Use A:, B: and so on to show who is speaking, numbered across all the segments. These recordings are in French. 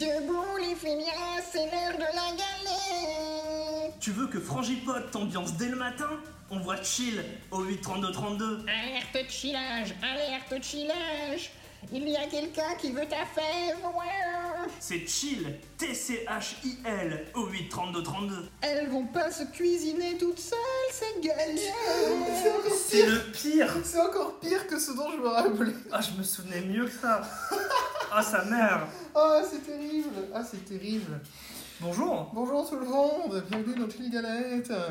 A: Debout les fémiras, c'est l'heure de la galette
B: Tu veux que Frangipote t'ambiance dès le matin On voit chill au 8-32-32.
A: Alerte chillage, alerte chillage Il y a quelqu'un qui veut ta fève, ouais.
B: C'est chill, T-C-H-I-L au 8-32-32.
A: Elles vont pas se cuisiner toutes seules, c'est
C: C'est
A: galère
C: encore
B: C'est
C: pire.
B: le pire
C: C'est encore pire que ce dont je me rappelais.
B: Ah, je me souvenais mieux que ça Ah, sa mère
C: Oh, c'est terrible. Ah, c'est terrible.
B: Bonjour
C: Bonjour tout le monde. Bienvenue dans Chill Galette. euh,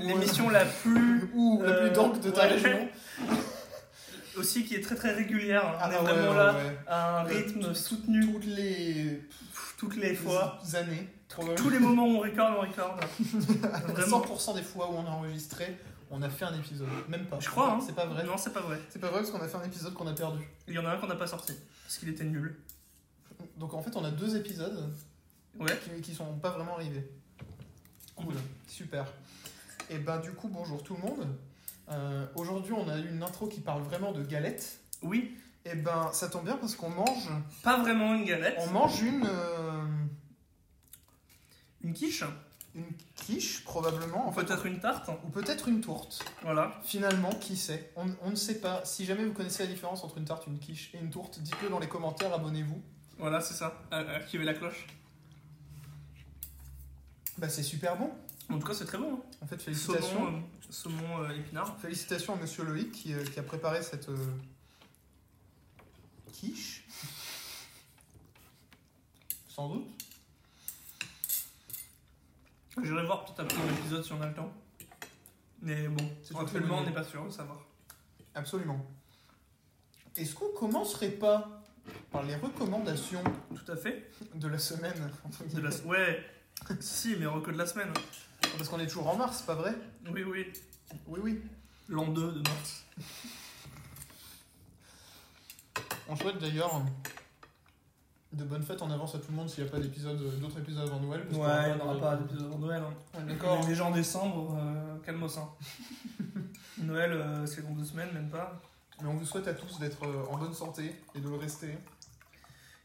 B: L'émission la plus...
C: Ou la
B: euh,
C: plus dank de ta
B: ouais.
C: région.
B: Aussi qui est très très régulière, on est
C: Ah ouais,
B: vraiment
C: bah ouais,
B: là
C: ouais.
B: à un
C: Ouais,
B: rythme soutenu
C: Toutes les
B: toutes les fois.
C: les années.
B: Tous les moments où on record, on record. Vraiment.
C: 100% des fois où on a enregistré, on a fait un épisode. Même pas.
B: Je crois, hein.
C: C'est pas vrai.
B: Non, c'est pas vrai.
C: C'est pas vrai parce qu'on a fait un épisode qu'on a perdu.
B: Il y en a un qu'on n'a pas sorti, parce qu'il était nul.
C: Donc en fait, on a deux épisodes
B: Ouais.
C: qui, qui sont pas vraiment arrivés. Cool, super. Et bah du coup, bonjour tout le monde. Euh, Aujourd'hui, on a eu une intro qui parle vraiment de galettes.
B: Oui,
C: Et ben, ça tombe bien parce qu'on mange,
B: pas vraiment une galette.
C: on mange une euh,
B: Une quiche
C: une quiche probablement, en fait,
B: Peut-être une tarte
C: ou peut-être une tourte.
B: Voilà.
C: Finalement, qui sait on, on ne sait pas. Si jamais vous connaissez la différence entre une tarte, une quiche et une tourte, dites-le dans les commentaires, abonnez-vous.
B: Voilà, c'est ça. Euh, Activez la cloche.
C: Bah c'est super bon.
B: En tout cas, c'est très bon. hein.
C: En fait, félicitations.
B: Saumon, euh, saumon euh, épinard.
C: Félicitations à Monsieur Loïc qui, euh, qui a préparé cette euh, quiche. Sans doute.
B: J'irai voir peut-être après l'épisode si on a le temps. Mais bon,
C: C'est
B: actuellement, on
C: tout le
B: n'est pas sûr de savoir.
C: Absolument. Est-ce qu'on commencerait pas par les recommandations
B: Tout à fait.
C: de la semaine entre
B: De la...
C: guillemets
B: Ouais. si, mais reco de la semaine. hein.
C: Parce qu'on est toujours en mars, pas vrai
B: Oui, oui.
C: Oui, oui.
B: L'an 2 de mars.
C: On souhaite d'ailleurs de bonnes fêtes en avance à tout le monde s'il n'y a pas d'épisode, euh, d'autres épisodes avant Noël. parce qu'on va
B: on n'aura
C: dans-
B: pas d'épisode avant Noël. hein.
C: Ouais,
B: On
C: D'accord.
B: est déjà en décembre, euh, calmos. hein. Noël, euh, c'est dans deux semaines, même pas.
C: Mais on vous souhaite à tous d'être euh, en bonne santé et de le rester.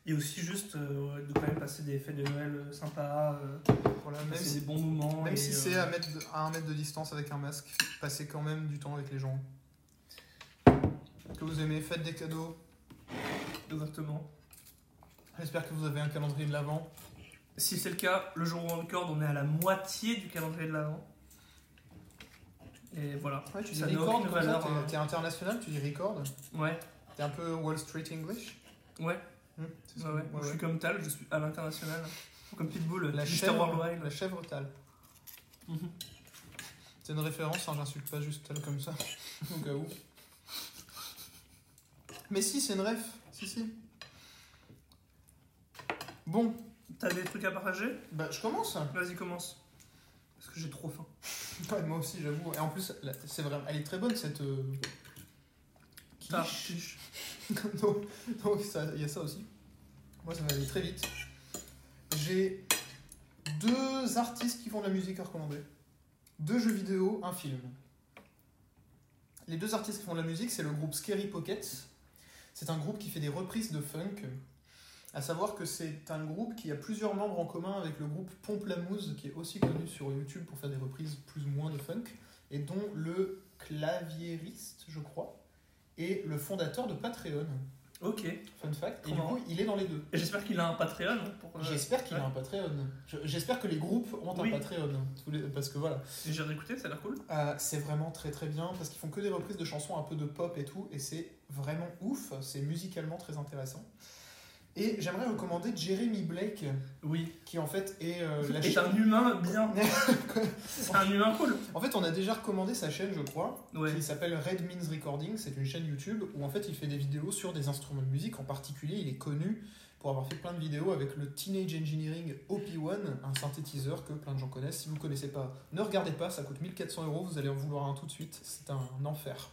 B: Et aussi juste euh, de quand même passer des fêtes de Noël euh, sympas, euh,
C: Voilà, même
B: passer
C: si
B: des bons moments.
C: Même
B: et,
C: si
B: euh,
C: c'est à, mettre de- à un mètre de distance avec un masque, passez quand même du temps avec les gens. Que vous aimez, faites des cadeaux.
B: Exactement.
C: J'espère que vous avez un calendrier de l'avant.
B: Si c'est le cas, le jour où on record, on est à la moitié du calendrier de l'avant. Et voilà.
C: Ouais, tu dis
B: Ça n'a
C: record,
B: aucune
C: comme ça,
B: valeur,
C: t'es-
B: hein.
C: t'es international, tu dis record.
B: Ouais,
C: T'es un peu Wall Street English.
B: ouais,
C: Hmm,
B: ouais,
C: c'est
B: ouais.
C: ce que- ouais,
B: Je suis
C: ouais.
B: comme Tal, je suis à l'international. Comme Pitbull,
C: La
B: Mr.
C: chèvre,
B: Worldwide.
C: la chèvre Tal.
B: Mhm.
C: C'est une référence, hein, j'insulte pas juste Tal comme ça. Au cas où. Mais si, c'est une ref. Si, si. Bon,
B: T'as des trucs à partager
C: bah je commence.
B: Vas-y, commence. Parce que j'ai trop faim.
C: Ouais, moi aussi, j'avoue. Et en plus, la- c'est vrai, elle est très bonne cette. euh, quiche.
B: Tarte, quiche.
C: donc, donc ça- il y a ça aussi. Moi, ça va aller très vite. J'ai deux artistes qui font de la musique à recommander deux jeux vidéo, un film. Les deux artistes qui font de la musique, c'est le groupe Scary Pockets. C'est un groupe qui fait des reprises de funk. À savoir que c'est un groupe qui a plusieurs membres en commun avec le groupe Pompe la Mousse, qui est aussi connu sur YouTube pour faire des reprises plus ou moins de funk, et dont le claviériste, je crois, est le fondateur de Patreon.
B: Ok. Et
C: Fun fact. Et du
B: Comment
C: coup, il est dans les deux.
B: J'espère qu'il a un Patreon. hein, Pour, euh,
C: J'espère qu'il
B: ouais.
C: a un Patreon. Je- J'espère que les groupes ont
B: Oui.
C: un Patreon. hein, Tous les- Parce que voilà.
B: J'ai réécouté, ça a l'air cool.
C: Euh, c'est vraiment très très bien parce qu'ils font que des reprises de chansons un peu de pop et tout et c'est vraiment ouf, c'est musicalement très intéressant. Et j'aimerais recommander Jeremy Blake
B: Oui.
C: qui en fait est euh, la
B: Et un humain bien. C'est un humain cool.
C: En fait, on a déjà recommandé sa chaîne, je crois,
B: Ouais.
C: qui s'appelle Red Means Recording, c'est une chaîne YouTube où en fait, il fait des vidéos sur des instruments de musique en particulier, il est connu pour avoir fait plein de vidéos avec le Teenage Engineering OP1, un synthétiseur que plein de gens connaissent. Si vous ne connaissez pas, ne regardez pas, ça coûte 1400 euros, vous allez en vouloir un tout de suite, c'est un enfer.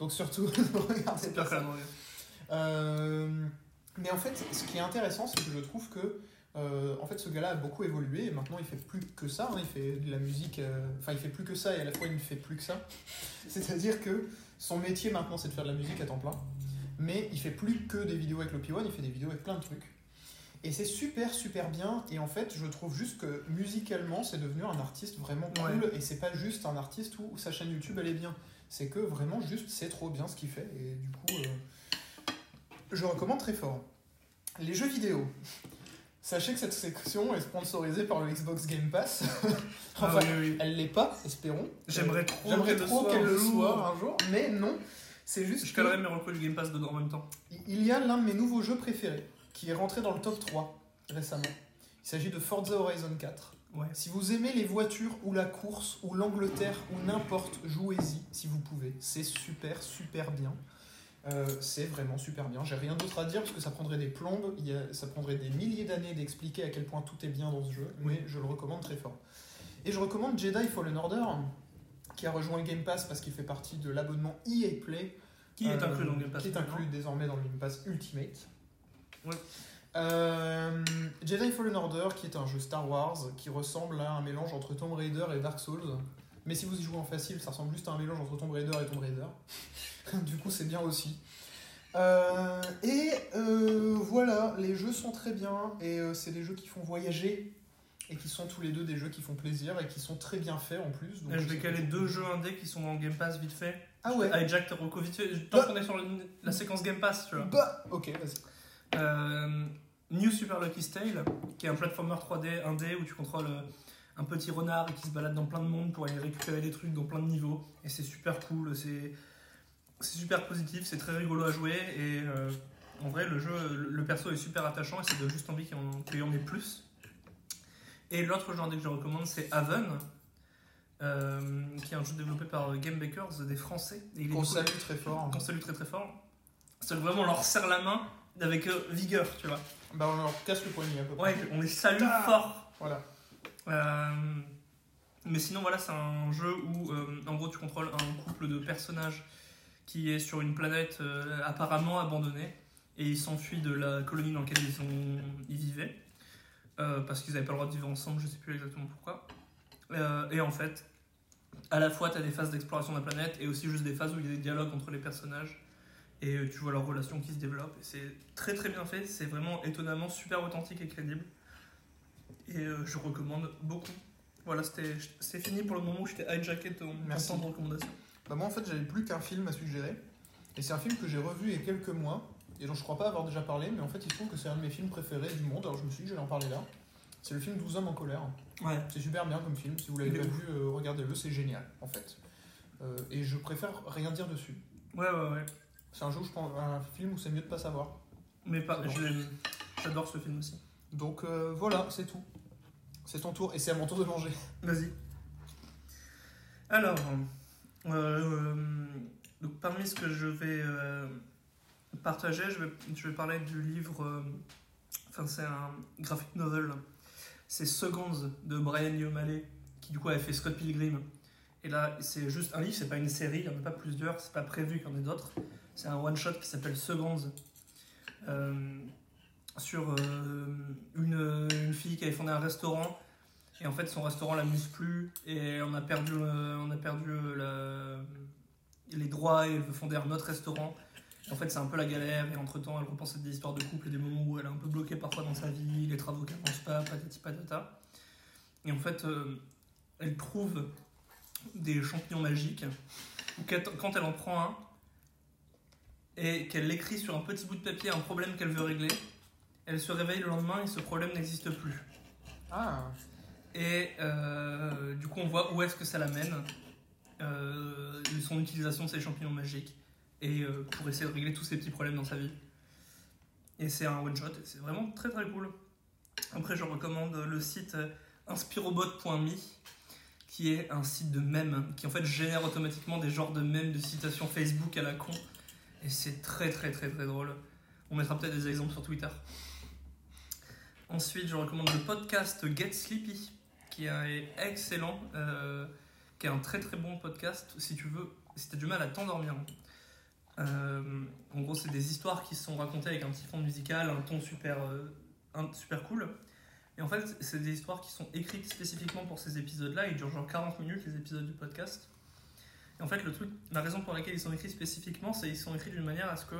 C: Donc surtout, ne regardez pas
B: J'espère
C: ça.
B: qu'elle a mangé.
C: Euh, mais en fait, ce qui est intéressant, c'est que je trouve que euh, en fait, ce gars-là a beaucoup évolué et maintenant il fait plus que ça. hein, il fait de la musique, euh, enfin, il fait plus que ça et à la fois il ne fait plus que ça. C'est-à-dire que son métier maintenant, c'est de faire de la musique à temps plein, mais il fait plus que des vidéos avec l'OP1, il fait des vidéos avec plein de trucs. Et c'est super, super bien. Et en fait, je trouve juste que musicalement, c'est devenu un artiste vraiment cool. Et c'est pas juste un artiste où sa chaîne YouTube, elle est bien. C'est que vraiment, juste, c'est trop bien ce qu'il fait. Et du coup, euh, je recommande très fort. Les jeux vidéo. Sachez que cette section est sponsorisée par le Xbox Game Pass.
B: Ah
C: enfin,
B: oui, oui.
C: elle l'est pas, espérons. Euh,
B: J'aimerais trop
C: J'aimerais
B: qu'elle le
C: trop
B: soit
C: qu'elle
B: un
C: le
B: jour.
C: soit un jour, mais non. C'est juste
B: Je
C: que
B: calerai mes recrues du Game Pass dedans en même temps.
C: il y a l'un de mes nouveaux jeux préférés qui est rentré dans le top 3 récemment. Il s'agit de Forza Horizon 4.
B: Ouais.
C: Si vous aimez les voitures ou la course ou l'Angleterre ou n'importe, jouez-y si vous pouvez. C'est super, super bien. Euh, c'est vraiment super bien. J'ai rien d'autre à dire parce que ça prendrait des plombes, il y a- ça prendrait des milliers d'années d'expliquer à quel point tout est bien dans ce jeu, mais je le recommande très fort. Et je recommande Jedi Fallen Order, qui a rejoint le Game Pass parce qu'il fait partie de l'abonnement EA Play,
B: Qui est
C: euh,
B: inclus dans le Game Pass
C: Qui est
B: maintenant.
C: inclus désormais dans le Game Pass Ultimate.
B: Ouais.
C: Euh, Jedi Fallen Order, qui est un jeu Star Wars qui ressemble à un mélange entre Tomb Raider et Dark Souls. Mais si vous y jouez en facile, ça ressemble juste à un mélange entre Tomb Raider et Tomb Raider. du coup, c'est bien aussi. Euh, et euh, voilà, les jeux sont très bien et euh, c'est des jeux qui font voyager et qui sont tous les deux des jeux qui font plaisir et qui sont très bien faits en plus. donc
B: Là, Eh, je vais
C: c'est-
B: caler deux jeux indés qui sont en Game Pass vite fait.
C: Ah ouais.
B: Avec Jack Rocco vite fait. Tant
C: Bah.
B: qu'on est sur le- la séquence Game Pass, tu vois.
C: Bah, ok, vas-y.
B: Euh, New Super Lucky's Tale, qui est un platformer 3D 1D où tu contrôles euh, un petit renard qui se balade dans plein de monde pour aller récupérer des trucs dans plein de niveaux. Et c'est super cool, c'est c'est super positif, c'est très rigolo à jouer. Et euh, en vrai, le jeu, le- le perso est super attachant et ça donne juste envie qu'il y en- qu'il y en ait plus. Et l'autre jeu indé que je recommande, c'est Haven. euh, qui est un jeu développé par Game Bakers, des Français. Et il est
C: On
B: découvert-
C: salue très fort. hein.
B: qu'on salue très très fort. C'est que vraiment on leur serre la main avec euh, vigueur, tu vois.
C: Bah, on leur casse le poignet à peu près.
B: Ouais, on les salue
C: Ah.
B: fort.
C: Voilà.
B: Euh, mais sinon, voilà, c'est un jeu où euh, en gros tu contrôles un couple de personnages qui est sur une planète euh, apparemment abandonnée et ils s'enfuient de la colonie dans laquelle ils, ont, ils vivaient euh, parce qu'ils n'avaient pas le droit de vivre ensemble, je sais plus exactement pourquoi. Euh, et en fait, à la fois tu as des phases d'exploration de la planète et aussi juste des phases où il y a des dialogues entre les personnages et euh, tu vois leurs relations qui se développent. Et c'est très très bien fait, c'est vraiment étonnamment super authentique et crédible. Et euh, je recommande beaucoup. Voilà, c'était- c'est fini pour le moment où je t'ai hijacké ton
C: Merci.
B: ton temps de recommandation.
C: Bah moi en fait j'avais plus qu'un film à suggérer. Et c'est un film que j'ai revu il y a quelques mois et dont je crois pas avoir déjà parlé, mais en fait il se trouve que c'est un de mes films préférés du monde, alors je me suis dit que j'allais en parler là. C'est le film 12 hommes en colère.
B: Ouais.
C: C'est super bien comme film, si vous l'avez
B: Il
C: pas
B: est
C: vu, euh, regardez-le, c'est génial en fait. Euh, et je préfère rien dire dessus.
B: Ouais, ouais, ouais.
C: C'est un, jeu, je pense, un film où c'est mieux de pas savoir.
B: Mais pas,
C: C'est bon.
B: je l'aime. j'adore ce film aussi.
C: Donc euh, voilà, c'est tout. C'est ton tour et c'est à mon tour de manger.
B: Vas-y. Alors, euh, donc parmi ce que je vais euh, partager, je vais, je vais parler du livre, euh, enfin c'est un graphic novel, c'est Seconds de Brian O'Malley, qui du coup avait fait Scott Pilgrim. Et là, c'est juste un livre, c'est pas une série, il n'y en a pas plusieurs, c'est pas prévu qu'il y en ait d'autres. C'est un one-shot qui s'appelle Seconds. euh, sur euh, une, une fille qui avait fondé un restaurant et en fait, son restaurant l'amuse plus et on a perdu, euh, on a perdu euh, la- les droits et elle veut fonder un autre restaurant. Et en fait, c'est un peu la galère et entre temps, elle repense à des histoires de couple et des moments où elle est un peu bloquée parfois dans sa vie, les travaux qu'elle pense pas, patati patata. Et en fait, euh, elle trouve des champignons magiques où quand quand elle en prend un et qu'elle l'écrit sur un petit bout de papier un problème qu'elle veut régler, elle se réveille le lendemain et ce problème n'existe plus.
C: Ah,
B: Et euh, du coup, on voit où est-ce que ça l'amène, euh, de son utilisation de ces champignons magiques, et euh, pour essayer de régler tous ces petits problèmes dans sa vie. Et c'est un one-shot, et c'est vraiment très très cool. Après, je recommande le site euh, inspirobot.me, qui est un site de mèmes, qui en fait génère automatiquement des genres de mèmes de citations Facebook à la con. Et c'est très très très très drôle. On mettra peut-être des exemples sur Twitter. Ensuite, je recommande le podcast Get Sleepy, qui est excellent, euh, qui est un très très bon podcast si tu veux, si t'as du mal à t'endormir. Euh, en gros, c'est des histoires qui sont racontées avec un petit fond musical, un ton super, euh, un- super cool. Et en fait, c'est des histoires qui sont écrites spécifiquement pour ces épisodes-là. Ils durent genre 40 minutes, les épisodes du podcast. Et en fait, le truc, la raison pour laquelle ils sont écrits spécifiquement, c'est qu'ils sont écrits d'une manière à ce que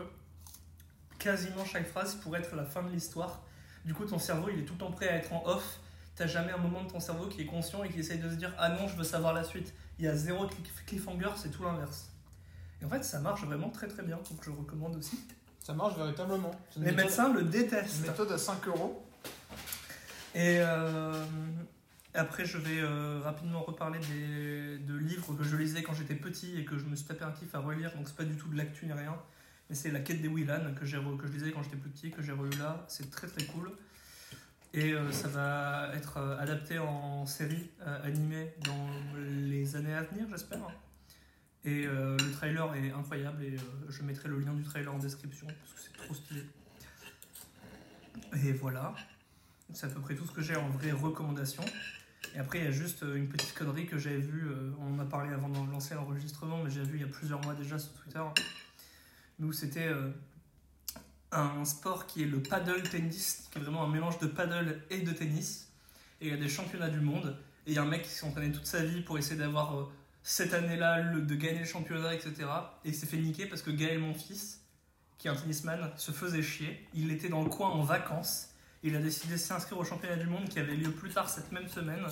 B: quasiment chaque phrase pourrait être la fin de l'histoire Du coup, ton cerveau, il est tout le temps prêt à être en off. T'as jamais un moment de ton cerveau qui est conscient et qui essaye de se dire Ah non, je veux savoir la suite. Il y a zéro cliff- cliffhanger, c'est tout l'inverse. Et en fait, ça marche vraiment très très bien, donc je le recommande aussi.
C: Ça marche véritablement. C'est une
B: Les
C: méthode-
B: médecins le
C: une
B: détestent.
C: méthode à 5 euros.
B: Et euh, après, je vais euh, rapidement reparler des, de livres que je lisais quand j'étais petit et que je me suis tapé un kiff à relire. Donc, c'est pas du tout de l'actu ni rien. Mais c'est La quête des Willan que, j'ai re- que je lisais quand j'étais plus petit, que j'ai relu là. C'est très très cool. Et euh, ça va être euh, adapté en série euh, animée dans les années à venir, j'espère. Et euh, le trailer est incroyable et euh, je mettrai le lien du trailer en description parce que c'est trop stylé. Et voilà. C'est à peu près tout ce que j'ai en vraie recommandation. Et après, il y a juste euh, une petite connerie que j'avais vue, euh, on en a parlé avant de lancer l'enregistrement, mais j'avais vu il y a plusieurs mois déjà sur Twitter, mais où c'était euh, un sport qui est le paddle tennis, qui est vraiment un mélange de paddle et de tennis. Et il y a des championnats du monde, et il y a un mec qui s'est entraîné toute sa vie pour essayer d'avoir euh, cette année-là, le- de gagner le championnat, etc. Et il s'est fait niquer parce que Gaël, mon fils, qui est un tennisman, se faisait chier. Il était dans le coin en vacances. Il a décidé de s'inscrire au championnat du monde qui avait lieu plus tard cette même semaine.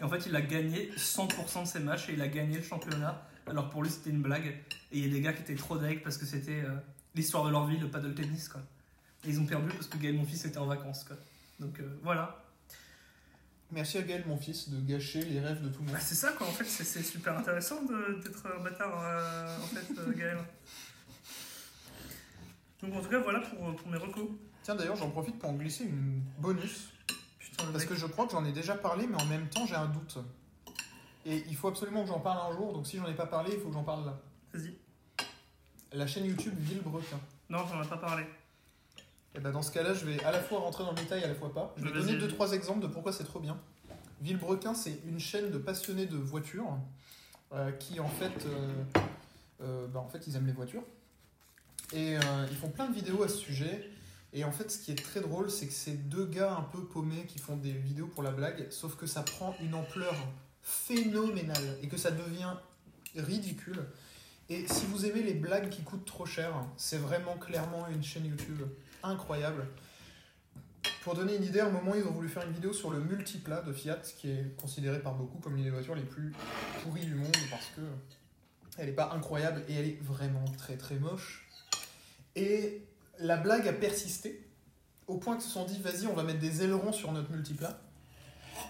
B: Et en fait, il a gagné 100% de ses matchs et il a gagné le championnat. Alors pour lui, c'était une blague. Et il y a des gars qui étaient trop deg parce que c'était euh, l'histoire de leur vie, le paddle tennis. Quoi. Et ils ont perdu parce que Gaël, mon fils, était en vacances. Quoi. Donc euh, voilà.
C: Merci à Gaël, mon fils, de gâcher les rêves de tout le monde.
B: Bah, c'est ça, quoi. En fait, c'est c'est super intéressant de- d'être un bâtard, euh, en fait, euh, Gaël. Donc en tout cas, voilà pour, pour mes recos.
C: Tiens, d'ailleurs, j'en profite pour en glisser une bonus.
B: Putain, le
C: Parce
B: mec.
C: que je crois que j'en ai déjà parlé, mais en même temps, j'ai un doute. Et il faut absolument que j'en parle un jour, donc si j'en ai pas parlé, il faut que j'en parle là.
B: Vas-y.
C: La chaîne YouTube Villebrequin.
B: Non, j'en ai pas parlé.
C: Et ben dans ce cas-là, je vais à la fois rentrer dans le détail, à la fois pas. Je vais
B: Vas-y,
C: donner
B: vas-y.
C: deux trois exemples de pourquoi c'est trop bien. Villebrequin, c'est une chaîne de passionnés de voitures euh, qui en fait, euh, euh, bah, en fait, ils aiment les voitures et euh, ils font plein de vidéos à ce sujet. Et en fait, ce qui est très drôle, c'est que c'est deux gars un peu paumés qui font des vidéos pour la blague, sauf que ça prend une ampleur phénoménale et que ça devient ridicule. Et si vous aimez les blagues qui coûtent trop cher, c'est vraiment clairement une chaîne YouTube incroyable. Pour donner une idée, à un moment, ils ont voulu faire une vidéo sur le multiplat de Fiat, qui est considéré par beaucoup comme l'une des voitures les plus pourries du monde parce que elle n'est pas incroyable et elle est vraiment très très moche. Et la blague a persisté au point qu'ils se sont dit vas-y, on va mettre des ailerons sur notre multiplat.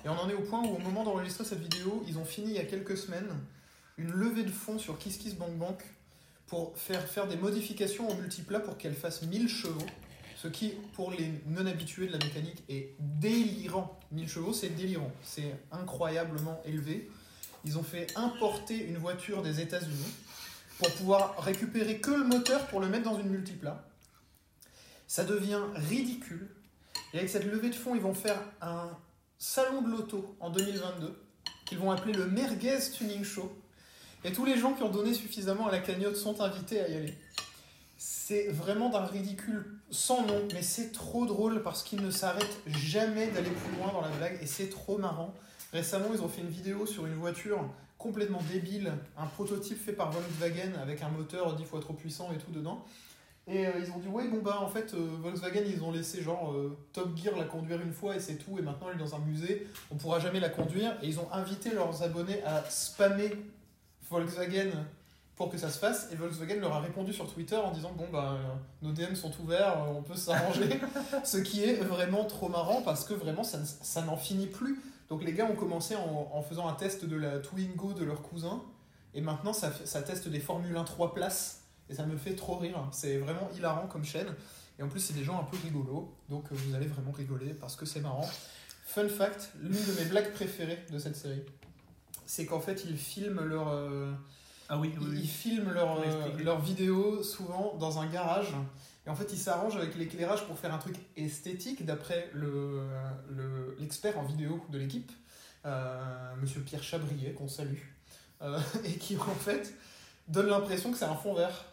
C: Et on en est au point où, au moment d'enregistrer cette vidéo, ils ont fini il y a quelques semaines une levée de fonds sur Kiss Kiss Bank Bank pour faire, faire des modifications au multiplat pour qu'elle fasse 1000 chevaux. Ce qui, pour les non-habitués de la mécanique, est délirant. 1000 chevaux, c'est délirant. C'est incroyablement élevé. Ils ont fait importer une voiture des États-Unis pour pouvoir récupérer que le moteur pour le mettre dans une multiplat. Ça devient ridicule. Et avec cette levée de fonds, ils vont faire un salon de l'auto en 2022 qu'ils vont appeler le Merguez Tuning Show. Et tous les gens qui ont donné suffisamment à la cagnotte sont invités à y aller. C'est vraiment d'un ridicule sans nom, mais c'est trop drôle parce qu'ils ne s'arrêtent jamais d'aller plus loin dans la blague et c'est trop marrant. Récemment, ils ont fait une vidéo sur une voiture complètement débile, un prototype fait par Volkswagen avec un moteur 10 fois trop puissant et tout dedans. Et euh, ils ont dit ouais bon bah en fait euh, Volkswagen ils ont laissé genre euh, Top Gear la conduire une fois et c'est tout et maintenant elle est dans un musée, on pourra jamais la conduire et ils ont invité leurs abonnés à spammer Volkswagen pour que ça se fasse et Volkswagen leur a répondu sur Twitter en disant bon bah euh, nos DM sont ouverts, euh, on peut s'arranger, ce qui est vraiment trop marrant parce que vraiment ça, ne- ça n'en finit plus. Donc les gars ont commencé en, en faisant un test de la Twingo de leur cousin et maintenant ça, fait- ça teste des Formule 1 3 places et ça me fait trop rire. C'est vraiment hilarant comme chaîne et en plus c'est des gens un peu rigolos donc euh, vous allez vraiment rigoler parce que c'est marrant. Fun fact, l'une de mes blagues préférées de cette série, c'est qu'en fait ils filment leur euh,
B: Ah oui, oui.
C: ils, ils
B: oui.
C: filment leurs
B: On a
C: euh,
B: expliqué.
C: leurs vidéos souvent dans un garage. Et en fait, ils s'arrangent avec l'éclairage pour faire un truc esthétique, d'après le- euh, le- l'expert en vidéo de l'équipe, euh, monsieur Pierre Chabrier, qu'on salue, euh, et qui en fait donne l'impression que c'est un fond vert.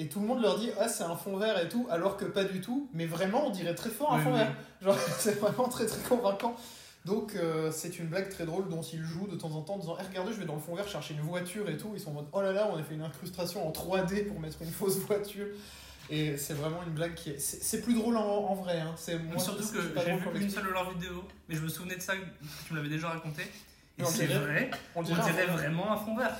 C: Et tout le monde leur dit Ah, c'est un fond vert et tout, alors que pas du tout, mais vraiment, on dirait très fort un
B: Oui,
C: fond
B: oui.
C: vert. Genre, c'est vraiment très très convaincant. Donc, euh, c'est une blague très drôle dont ils jouent de temps en temps en disant Eh, Regardez, je vais dans le fond vert chercher une voiture et tout. Ils sont en mode Oh là là, on a fait une incrustation en 3D pour mettre une fausse voiture. Et c'est vraiment une blague qui est. C'est c'est plus drôle en, en vrai, hein. C'est moins
B: Surtout
C: c'est
B: que
C: pas
B: j'ai
C: drôle
B: vu
C: qu'on
B: une
C: l'explique.
B: seule de leurs vidéos, mais je me souvenais de ça, que tu me l'avais déjà raconté. Et
C: Mais on
B: c'est
C: dirait-
B: vrai,
C: On
B: on
C: dirait,
B: dirait
C: un-
B: vraiment un fond vert.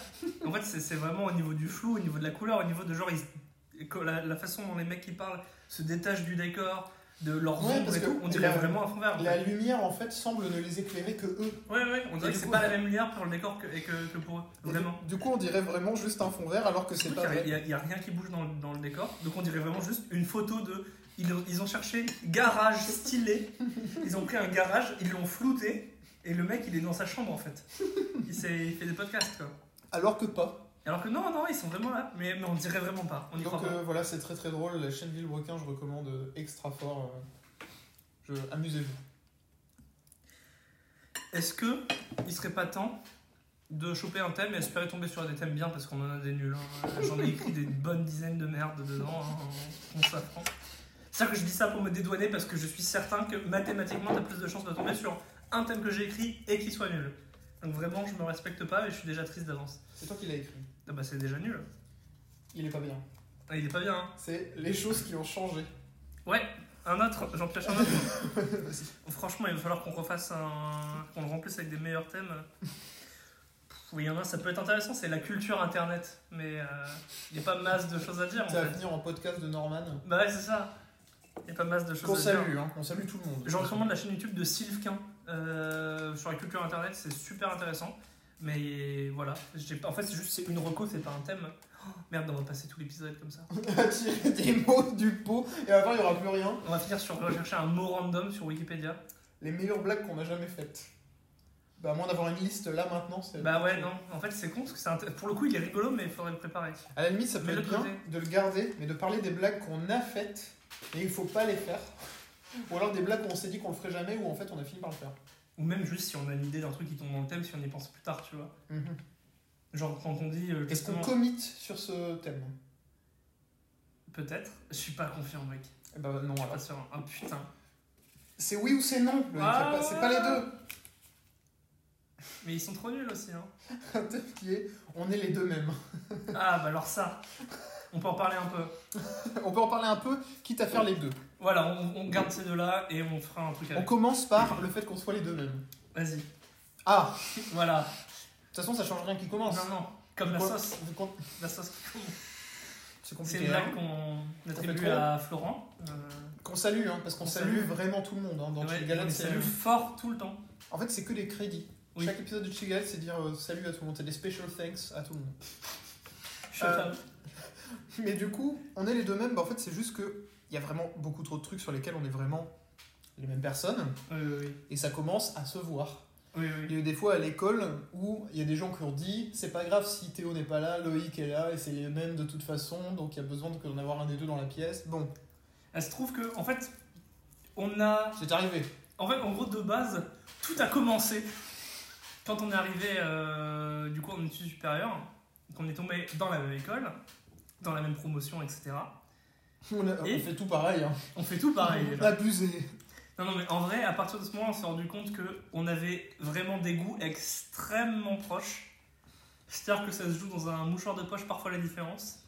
B: en fait, c'est c'est vraiment au niveau du flou, au niveau de la couleur, au niveau de genre, ils- que la, la façon dont les mecs qui parlent se détachent du décor, de leurs
C: Ouais,
B: ombres
C: parce
B: et
C: que
B: tout, on dirait
C: la-
B: vraiment un fond vert. en
C: La
B: fait.
C: lumière en fait semble ne les éclairer que eux.
B: Ouais, ouais, on dirait que
C: Et du
B: c'est
C: coup,
B: pas
C: ouais.
B: la même lumière pour le décor que, et que, que pour eux,
C: Et
B: vraiment.
C: Du, du coup, on dirait vraiment juste un fond vert alors que c'est
B: Il
C: pas vrai.
B: n'y a, il y a rien qui bouge dans, le- dans le décor, donc on dirait vraiment juste une photo de. Ils ont, ils ont cherché garage stylé, ils ont pris un garage, ils l'ont flouté, et le mec il est dans sa chambre en fait. Il, s'est- il fait des podcasts quoi.
C: Alors que pas.
B: Alors que non, non, ils sont vraiment là, mais, mais on dirait vraiment pas, on y croit
C: Donc
B: pas.
C: euh, voilà, c'est très très drôle. La chaîne Villebrequin, je recommande euh, extra fort. euh, je... Amusez-vous.
B: Est-ce que il serait pas temps de choper un thème et espérer tomber sur des thèmes bien parce qu'on en a des nuls. hein. J'en ai écrit des bonnes dizaines de merdes dedans. hein, on s'apprend. C'est-à-dire que je dis ça pour me dédouaner parce que je suis certain que mathématiquement t'as plus de chances de tomber sur un thème que j'ai écrit et qui soit nul. Donc vraiment je me respecte pas et je suis déjà triste d'avance.
C: C'est toi qui l'as écrit.
B: Ah bah c'est déjà nul.
C: Il est pas bien.
B: Ah, il est pas bien. hein.
C: C'est les choses qui ont changé.
B: Ouais, un autre, j'en pioche un autre.
C: Vas-y.
B: Franchement, il va falloir qu'on refasse un. qu'on le remplisse avec des meilleurs thèmes. Pff, Oui, il y en a, un, ça peut être intéressant, c'est la culture internet. Mais euh, il n'y a pas masse de choses à dire en
C: Ça va
B: fait.
C: venir en podcast de Norman.
B: Bah ouais, c'est ça. Il n'y a pas masse de
C: Qu'on
B: choses à dire.
C: salue, hein. On salue tout le monde.
B: Je recommande la chaîne YouTube de Sylvquin euh, sur la culture internet, c'est super intéressant. Mais voilà, j'ai pas- en fait, c'est juste c'est une reco, c'est pas un thème. Oh, merde, on va passer tout l'épisode comme ça.
C: On a tiré des mots du pot et à la fin, il n'y aura plus rien.
B: On va finir sur rechercher un mot random sur Wikipédia.
C: Les meilleures blagues qu'on a jamais faites. Bah, à moins d'avoir une liste là maintenant, c'est.
B: Bah ouais, non, en fait c'est con parce que c'est inté- pour le coup il est rigolo mais il faudrait le préparer.
C: À la limite, ça peut
B: Mais
C: être
B: l'autre
C: bien
B: côté.
C: de le garder, mais de parler des blagues qu'on a faites et il faut pas les faire. Ou alors des blagues qu'on s'est dit qu'on le ferait jamais ou en fait on a fini par le faire.
B: Ou même juste si on a une idée d'un truc qui tombe dans le thème, si on y pense plus tard, tu vois. Genre quand on dit. euh,
C: Est-ce qu'on
B: justement-
C: commit sur ce thème
B: Peut-être, je suis pas confiant, mec.
C: Eh Bah non, alors.
B: Pas sûr. Ah putain.
C: C'est oui ou c'est non, le-
B: Ah
C: c'est pas, c'est pas les deux.
B: Mais ils sont trop nuls aussi, hein.
C: Un thème qui est on est les deux mêmes.
B: Ah bah alors ça, on peut en parler un peu.
C: On peut en parler un peu, quitte à faire les deux.
B: Voilà, on, on garde ces deux-là et on fera un truc
C: On
B: avec.
C: commence par le fait qu'on soit les deux mêmes.
B: Vas-y.
C: Ah
B: Voilà.
C: De toute façon, ça change rien qui commence.
B: Non, non. Comme la
C: Quoi
B: sauce.
C: Vous com-
B: La sauce qui compte. C'est
C: C'est
B: une
C: compliqué. hein.
B: blague qu'on attribue
C: trop.
B: à Florent. Euh,
C: Qu'on salue, hein, parce qu'on
B: On
C: salue
B: salue.
C: vraiment tout le monde. hein, Dans
B: ouais,
C: Chill
B: on
C: Galette,
B: les
C: c'est-
B: salue fort tout le temps.
C: En fait, c'est que des crédits.
B: Oui.
C: Chaque épisode de Chill Galette, c'est dire euh, salut à tout le monde. C'est des special thanks à tout le monde.
B: Je
C: Euh,
B: tape.
C: Mais du coup, on est les deux mêmes. Bah, en fait, c'est juste que il y a vraiment beaucoup trop de trucs sur lesquels on est vraiment les mêmes personnes.
B: Oui, oui, oui.
C: Et ça commence à se voir.
B: Oui,
C: Il
B: oui.
C: y a eu des fois à l'école où il y a des gens qui ont dit c'est pas grave si Théo n'est pas là, Loïc est là, et c'est les mêmes de toute façon, donc il y a besoin d'en avoir un des deux dans la pièce. Bon,
B: Elle se trouve que, en fait, on a.
C: c'est arrivé.
B: En fait, en gros, de base, tout a commencé quand on est arrivé, euh, du coup, en études supérieures, qu'on est tombé dans la même école, dans la même promotion, etc.
C: On, a- on
B: Et-
C: fait tout pareil. hein.
B: On fait tout pareil. déjà.
C: Abusé.
B: Non, non, mais en vrai, à partir de ce moment-là, on s'est rendu compte que on avait vraiment des goûts extrêmement proches. C'est-à-dire que ça se joue dans un mouchoir de poche, parfois la différence.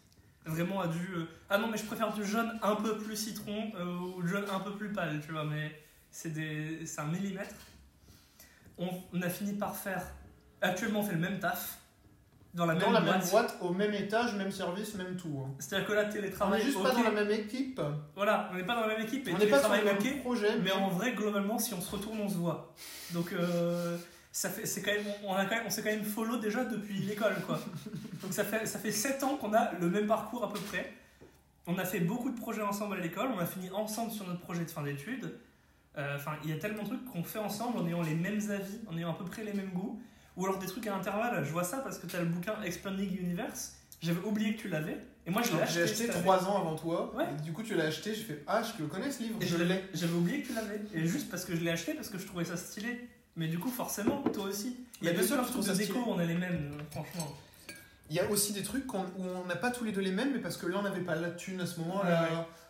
B: Vraiment à du. euh, ah non, mais je préfère du jaune un peu plus citron euh, ou du jaune un peu plus pâle, tu vois, mais c'est des- c'est un millimètre. On, on a fini par faire. Actuellement, on fait le même taf. Dans la
C: Dans
B: même
C: la
B: boîte.
C: même boîte, au même étage, même service, même tout. hein.
B: C'est-à-dire que là,
C: On
B: télétravail.
C: est juste
B: ok.
C: pas dans la même équipe.
B: Voilà, on n'est pas dans la même équipe. et
C: on n'est pas sur
B: télétravail,
C: le même
B: ok.
C: projet.
B: Mais en vrai, globalement, si on se retourne, on se voit. Donc, euh, ça fait, c'est quand même, on, a quand même, on s'est quand même follow déjà depuis l'école, quoi. Donc, ça fait, ça fait 7 ans qu'on a le même parcours à peu près. On a fait beaucoup de projets ensemble à l'école, on a fini ensemble sur notre projet de fin d'études. Euh, Enfin, il y a tellement de trucs qu'on fait ensemble en ayant les mêmes avis, en ayant à peu près les mêmes goûts. Ou alors des trucs à intervalles, je vois ça parce que tu as le bouquin Expanding Universe, j'avais oublié que tu l'avais. Et moi, je l'ai
C: Alors,
B: acheté.
C: J'ai acheté
B: cette année.
C: 3 ans avant toi.
B: Ouais.
C: Et du coup, tu l'as acheté. J'ai fait Ah, je le connais ce livre.
B: Et
C: je
B: je
C: l'ai.
B: l'ai- J'avais oublié que tu l'avais. Et juste parce que je l'ai acheté, parce que je trouvais ça stylé. Mais du coup, forcément, toi aussi. Il y a
C: Mais
B: deux
C: bien sûr,
B: seuls
C: je
B: trucs
C: trouve
B: de
C: ça
B: déco,
C: stylé.
B: on a les mêmes, euh, franchement.
C: Il y a aussi des trucs qu'on- où on n'a pas tous les deux les mêmes, mais parce que là, on n'avait pas la thune à ce moment-là.
B: Ouais,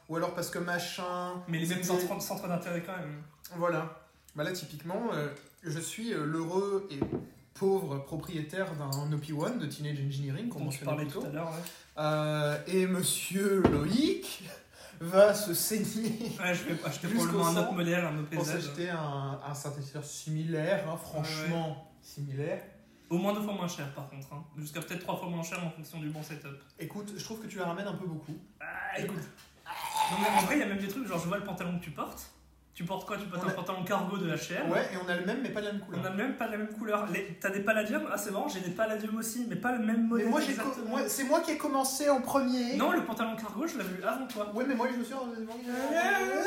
C: Ou alors parce que machin.
B: Mais les mêmes
C: C'était-
B: centres, centres d'intérêt quand même.
C: Voilà. Bah là, typiquement, euh, je suis euh, l'heureux et pauvre propriétaire d'un OP1 de Teenage Engineering, qu'on
B: dont tu
C: mentionnait
B: parlais
C: plus
B: tout
C: tôt.
B: à l'heure. ouais.
C: Euh, et monsieur Loïc va se saigner
B: Ouais, je vais acheter
C: Jusqu'au
B: probablement un
C: sang,
B: autre modèle, un
C: pour
B: OPZ.
C: s'acheter
B: hein.
C: un, un synthétiseur similaire, hein, franchement similaire.
B: Au moins deux fois moins cher par contre. hein. Jusqu'à peut-être trois fois moins cher en fonction du bon setup.
C: Écoute, je trouve que tu la ramènes un peu beaucoup.
B: Ah, écoute. Non, mais en vrai, il y a même des trucs, genre je vois le pantalon que tu portes. Tu portes quoi Tu portes
C: On
B: un
C: a-
B: pantalon cargo de HM.
C: Ouais, et on a le même, mais pas la même
B: On
C: couleur.
B: a même pas la même couleur. Les- T'as des palladium Ah, c'est marrant, j'ai des palladium aussi, mais pas le même
C: Mais
B: modèle.
C: moi, j'ai co-
B: exactement.
C: moi- c'est moi qui ai commencé en premier.
B: Non, le pantalon cargo, je l'avais vu avant toi.
C: Ouais, mais moi, je me suis. Ouais.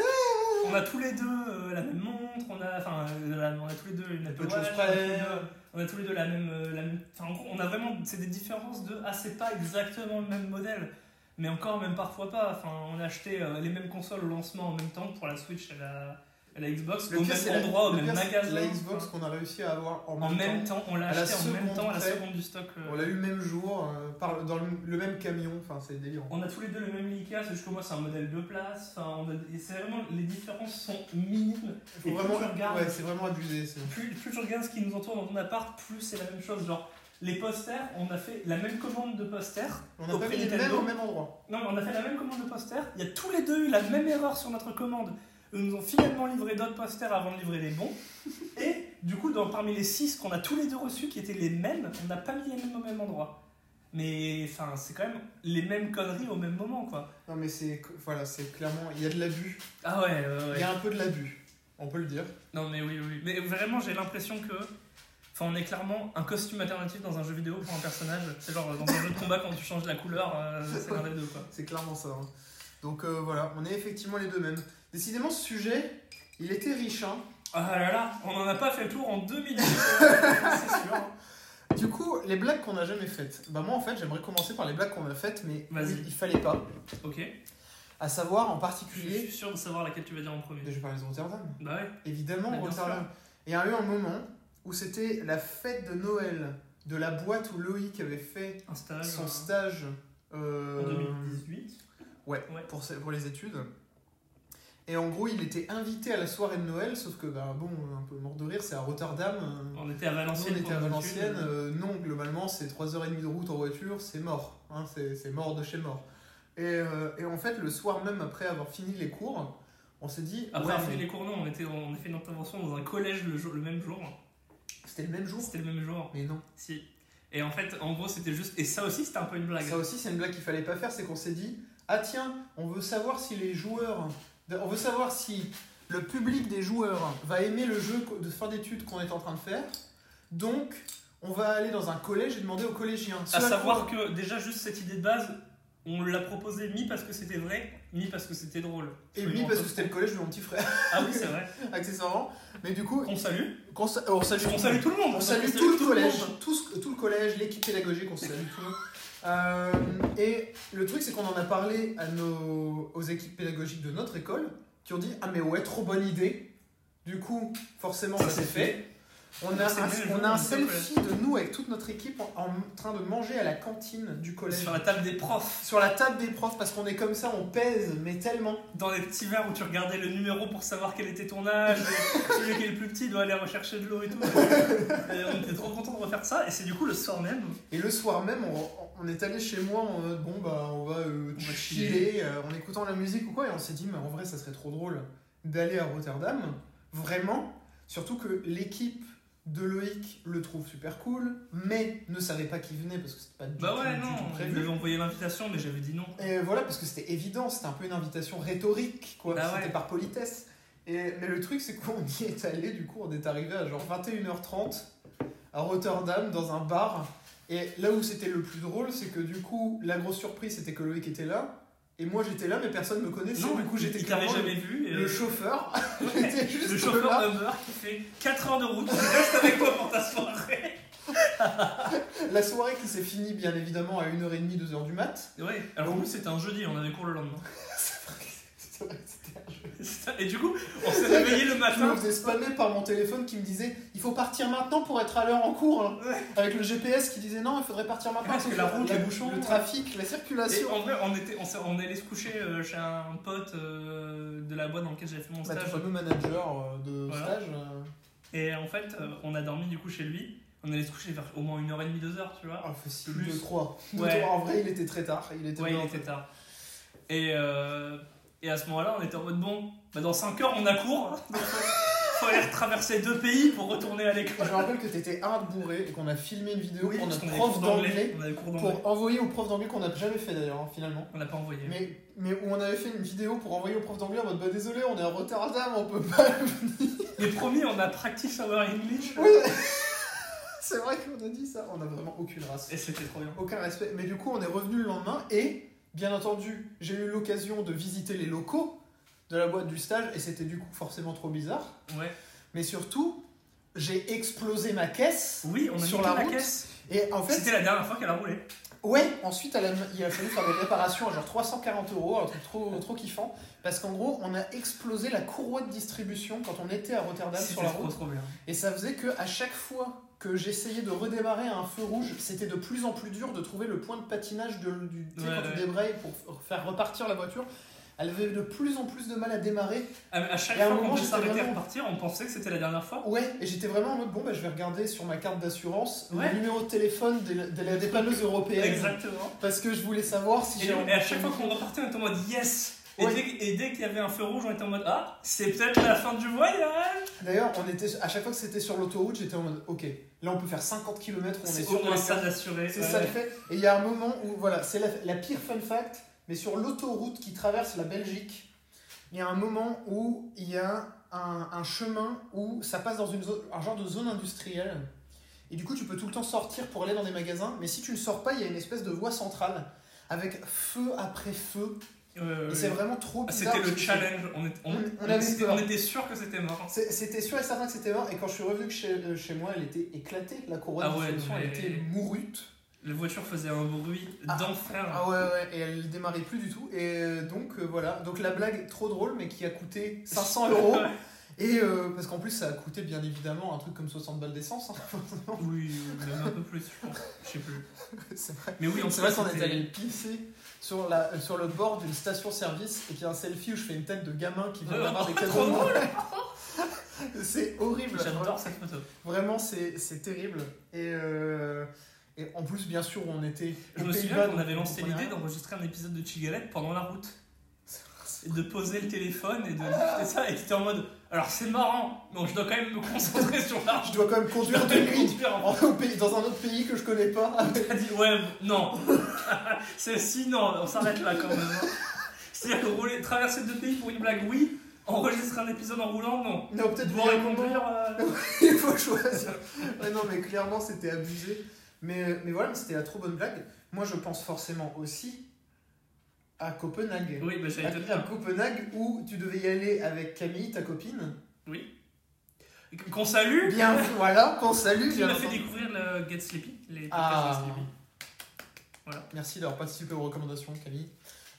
B: On a tous les deux euh, la même montre, on a, enfin, euh, la- on a tous les deux une Apple
C: Peu de choses
B: Watch, on a tous les
C: près.
B: deux- on a tous les deux la même, euh, la même- enfin, en gros, on a vraiment, c'est des différences de, ah, c'est pas exactement le même modèle, mais encore même parfois pas. Enfin, on a acheté euh, les mêmes consoles au lancement en même temps pour la Switch et la, et la Xbox
C: Le
B: au
C: pire, c'est la-
B: même endroit, au
C: le
B: même
C: pire, c'est
B: magasin.
C: La Xbox qu'on a réussi à avoir en
B: Enfin, en
C: même, temps.
B: on l'a
C: à la
B: acheté en même
C: seconde
B: temps à la
C: près.
B: seconde du stock. euh,
C: On l'a eu le même jour, euh, par le- dans le, le même camion, enfin c'est délirant.
B: On a tous les deux le même Ikea, c'est juste que moi c'est un modèle de place. Enfin, on a- et c'est vraiment les différences sont minimes.
C: Faut
B: Et plus
C: vraiment,
B: tu regardes-
C: ouais, c'est vraiment abusé. c'est-
B: Plus, plus tu regardes ce qui nous entoure dans ton appart, plus c'est la même chose. Genre les posters, on a fait la même commande de posters.
C: On n'a
B: au
C: pas
B: prix
C: mis les
B: Nintendo.
C: mêmes au même endroit.
B: Non, mais on a fait la même commande de posters. Il y a tous les deux eu la même erreur sur notre commande. Ils nous ont finalement livré d'autres posters avant de livrer les bons. Et du coup, dans, parmi les six qu'on a tous les deux reçus qui étaient les mêmes, on n'a pas mis les mêmes au même endroit. Mais enfin, c'est quand même les mêmes conneries au même moment, quoi.
C: Non mais c'est voilà, c'est clairement, il y a de l'abus.
B: Ah ouais, ouais,
C: Il y a un peu de l'abus, on peut le dire.
B: Non mais oui, oui. Mais vraiment, j'ai l'impression que... Enfin, on est clairement un costume alternatif dans un jeu vidéo pour un personnage. C'est genre dans un jeu de combat, quand tu changes la couleur, euh, c'est l'un des deux, quoi.
C: C'est clairement ça. hein. Donc euh, voilà, on est effectivement les deux mêmes. Décidément, ce sujet, il était riche. hein.
B: Ah là là, on en a pas fait le tour en deux minutes. c'est sûr.
C: Du coup, les blagues qu'on n'a jamais faites. Bah moi en fait, j'aimerais commencer par les blagues qu'on a faites, mais
B: Vas-y.
C: il fallait pas.
B: Ok.
C: À
B: Je
C: savoir en
B: suis
C: particulier,
B: sûr de savoir laquelle tu vas dire en premier.
C: je vais parler de Rotterdam.
B: Bah ouais.
C: Évidemment,
B: Mais bien
C: Rotterdam. Et il y a eu un moment où c'était la fête de Noël de la boîte où Loïc avait fait
B: Un stage.
C: son
B: euh,
C: stage euh,
B: En 2018.
C: pour, ses- pour les études. Et en gros, il était invité à la soirée de Noël, sauf que, bah, bon, un peu mort de rire, c'est à Rotterdam. euh,
B: On était à
C: nous,
B: Valenciennes.
C: on était à
B: pour nos
C: Valenciennes.
B: études.
C: euh, non, globalement, c'est 3h30 de route en voiture, c'est mort. hein, c'est c'est mort de chez mort. Et, euh, et en fait, le soir même, après avoir fini les cours, on s'est dit.
B: Après,
C: ouais,
B: on a fait
C: mais
B: les cours, non, on, était, on a fait une intervention dans un collège le, jour- le même jour.
C: C'était le même jour
B: C'était le même jour.
C: Mais non.
B: Si. Et en fait, en gros, c'était juste. Et ça aussi, c'était un peu une blague.
C: Ça aussi, c'est une blague qu'il fallait pas faire, c'est qu'on s'est dit ah tiens, on veut savoir si les joueurs, on veut savoir si le public des joueurs va aimer le jeu de fin d'études qu'on est en train de faire. Donc, on va aller dans un collège et demander aux collégiens.
B: À
C: Ceux
B: savoir que déjà juste cette idée de base, on l'a proposée mi parce que c'était vrai, mi parce que c'était drôle.
C: et lui parce que c'était le collège de mon petit frère,
B: Ah oui, c'est vrai.
C: accessoirement. Mais du coup,
B: Qu'on salue.
C: qu'on sa- on salue,
B: On salue tout le monde.
C: On salue tout le collège, tout, ce- tout le collège, l'équipe pédagogique, on salue tout le monde. Euh, et le truc, c'est qu'on en a parlé à nos, aux équipes pédagogiques de notre école, qui ont dit Ah, mais ouais, trop bonne idée. Du coup, forcément, ça,
B: Ça
C: s'est
B: s'est
C: fait. hein, On a,
B: C'est
C: un,
B: mieux,
C: on
B: nous,
C: a un
B: on est au collège.
C: selfie de nous avec toute notre équipe en, en train de manger à la cantine du collège.
B: Sur la table des profs,
C: Sur la table des profs, parce qu'on est comme ça, on pèse, mais tellement.
B: dans les petits verres où tu regardais le numéro pour savoir quel était ton âge, et celui qui est le plus petit doit aller rechercher de l'eau et tout. Et on était trop contents de refaire ça, et c'est du coup le soir même.
C: Et le soir même, on, on est allé chez moi en mode bon bah on va, euh,
B: va
C: chiller, euh, en écoutant la musique ou quoi, et on s'est dit mais en vrai ça serait trop drôle d'aller à Rotterdam, vraiment, surtout que l'équipe de Loïc le trouve super cool, mais ne savait pas qui venait parce que c'était pas du,
B: Bah
C: tout,
B: ouais,
C: du tout
B: non, on
C: prévu.
B: m'avait envoyé l'invitation, mais j'avais dit non.
C: Et voilà, parce que c'était évident, c'était un peu une invitation rhétorique, quoi,
B: Bah
C: c'était
B: ouais.
C: par politesse. Et, mais le truc c'est qu'on y est allé, du coup on est arrivé à genre 21h30 à Rotterdam dans un bar. Et là où c'était le plus drôle, c'est que du coup, la grosse surprise, c'était que Loïc était là. Et moi, j'étais là, mais personne me connaissait.
B: Non,
C: du coup, j'étais
B: il t'avait
C: clairement
B: jamais vu. et,
C: le
B: euh,
C: chauffeur. j'étais juste
B: le chauffeur
C: là.
B: Uber qui fait 4 heures de route, reste avec toi pour ta soirée.
C: La soirée qui s'est finie, bien évidemment, à 1h30, 2h du mat.
B: Ouais, alors nous c'était un jeudi, on avait cours le lendemain.
C: C'est vrai que c'est- c'est vrai que c'était un jeu.
B: Et du coup, on s'est réveillé le
C: Je me
B: matin.
C: faisais spammer par mon téléphone qui me disait il faut partir maintenant pour être à l'heure en cours. hein.
B: Ouais.
C: Avec le GPS qui disait non, il faudrait partir maintenant.
B: Parce que la route, les bouchons,
C: le
B: ouais.
C: trafic, la
B: Et
C: circulation.
B: en vrai, on, était, on, s'est- on est allé se coucher euh, chez un pote euh, de la boîte dans laquelle j'avais fait mon
C: Bah, ton
B: stage.
C: fameux manager euh, de
B: Voilà.
C: stage. euh,
B: Et en fait, euh, on a dormi du coup chez lui. on allait se coucher vers au moins une heure et demie, deux heures, tu vois.
C: Ah, facile.
B: Plus.
C: Plus 3.
B: Ouais.
C: En vrai, il était très tard. Il était
B: Ouais, il
C: vraiment
B: était tard. Et, euh, et à ce moment-là, on était en mode bon, bah dans 5 heures, on a cours. Donc, faut aller traverser deux pays pour retourner à
C: Je
B: l'école.
C: me rappelle que t'étais hard bourré et qu'on a filmé une vidéo pour
B: parce
C: notre
B: qu'on avait
C: prof
B: cours
C: d'anglais,
B: On avait cours d'anglais.
C: pour envoyer au prof d'anglais qu'on n'a jamais fait d'ailleurs, hein, finalement.
B: On n'a pas envoyé.
C: Mais, mais où on avait fait une vidéo pour envoyer au prof d'anglais en mode bah désolé, on est à Rotterdam, on peut pas.
B: Mais promis, on a practice our English.
C: Oui C'est vrai qu'on a dit ça, on a vraiment aucune race.
B: Et c'était trop bien.
C: Aucun respect. Mais du coup, on est revenu le lendemain et, bien entendu, j'ai eu l'occasion de visiter les locaux de la boîte du stage et c'était du coup forcément trop bizarre.
B: Ouais.
C: Mais surtout, j'ai explosé ma caisse
B: Oui, on a
C: Sur
B: mis
C: la
B: la,
C: route,
B: caisse.
C: et en fait,
B: C'était la dernière fois qu'elle a roulé.
C: ouais, ensuite elle a- il a fallu faire des réparations à genre 340 euros, un truc trop, trop kiffant parce qu'en gros, on a explosé la courroie de distribution quand on était à Rotterdam sur
B: C'était
C: la
B: trop
C: route
B: trop bien.
C: et ça faisait que à chaque fois que j'essayais de redémarrer à un feu rouge, c'était de plus en plus dur de trouver le point de patinage de, du tu sais,
B: Ouais,
C: quand
B: ouais.
C: tu débrayes pour f- faire repartir la voiture. Elle avait de plus en plus de mal à démarrer.
B: À à chaque
C: Et à un
B: fois qu'on
C: moment,
B: devait
C: j'étais
B: s'arrêter à
C: vraiment-
B: repartir, on pensait que c'était la dernière fois.
C: Ouais, et j'étais vraiment en mode bon, bah, je vais regarder sur ma carte d'assurance
B: Ouais.
C: le numéro de téléphone de la, de la dépanneuse européenne.
B: Exactement.
C: Parce que je voulais savoir si
B: Et,
C: j'ai.
B: et à chaque fois qu'on repartait, on était en mode yes. Et
C: Ouais.
B: dès, et dès qu'il y avait un feu rouge, on était en mode ah, c'est peut-être la fin du voyage.
C: D'ailleurs, on était à chaque fois que c'était sur l'autoroute, j'étais en mode ok, là on peut faire 50 km, on est,
B: C'est
C: sûr
B: au
C: de
B: moins
C: les
B: ça
C: faire.
B: d'assurer.
C: C'est
B: ouais.
C: ça le fait. Et il y a un moment où, voilà, c'est la, la pire fun fact, mais sur l'autoroute qui traverse la Belgique, il y a un moment où il y a un, un chemin où ça passe dans une zone, un genre de zone industrielle. Et du coup, tu peux tout le temps sortir pour aller dans des magasins, mais si tu ne sors pas, il y a une espèce de voie centrale avec feu après feu.
B: Euh,
C: Et c'est
B: oui.
C: vraiment trop
B: Ah,
C: bizarre.
B: C'était le
C: parce que
B: challenge. On, est- on,
C: On- on
B: on
C: avait
B: était,
C: peur.
B: on était sûr que c'était mort.
C: c'est- C'était sûr et certain que c'était mort, et quand je suis revenu chez, euh, chez moi, elle était éclatée, la couronne
B: Ah ouais,
C: elle
B: mais-
C: était mourute.
B: La voiture faisait un bruit
C: Ah.
B: d'enfer.
C: Ah ouais, ouais, et elle démarrait plus du tout. Et euh, donc euh, voilà, donc la blague trop drôle, mais qui a coûté 500 euros.
B: Ouais.
C: Et euh, parce qu'en plus, ça a coûté bien évidemment un truc comme 60 balles d'essence. hein, forcément.
B: Oui, même un peu plus, je pense. Je sais plus.
C: C'est vrai.
B: Mais oui, on
C: C'est vrai
B: sait
C: qu'on
B: que
C: est
B: c'était-
C: allé pisser sur, la, euh, sur le bord d'une station-service et qu'il y a un selfie où je fais une tête de gamin qui vient
B: Ouais,
C: d'avoir des
B: Euh, trop
C: cadeaux. de
B: drôle.
C: Noël. C'est horrible.
B: J'adore cette photo.
C: Vraiment, c'est c'est terrible. Et, euh, et en plus, bien sûr, on était.
B: Je
C: aux
B: me
C: Pays-Bas,
B: souviens qu'on
C: donc
B: avait
C: on
B: lancé
C: comprenait
B: l'idée
C: rien.
B: d'enregistrer un épisode de Chigalette pendant la route. Et de poser le téléphone et de discuter ça. Et t'étais en mode alors c'est marrant, mais je dois quand même me concentrer sur l'argent.
C: Je dois quand même conduire de nuit. En- au pays- dans un autre pays que je connais pas.
B: T'as dit ouais, non. Celle-ci, non, on s'arrête là quand même. hein. C'est-à-dire que rouler, traverser deux pays pour une blague, oui. Enregistrer un épisode en roulant, non.
C: Non, peut-être
B: Boire
C: il y
B: et
C: a un moment,
B: conduire. euh,
C: il faut choisir. Ouais, non, mais clairement, c'était abusé. Mais, euh, mais voilà, mais c'était la trop bonne blague. Moi, je pense forcément aussi à Copenhague.
B: Oui, bah j'allais te
C: À, à
B: dire.
C: Copenhague, où tu devais y aller avec Camille, ta copine.
B: Qu'on salue.
C: Bien, voilà, qu'on salue.
B: Qui
C: bien
B: m'a fait
C: entendu.
B: découvrir le Get Sleepy, les podcasts
C: Ah.
B: Get Sleepy.
C: Merci d'avoir participé aux recommandations, Camille.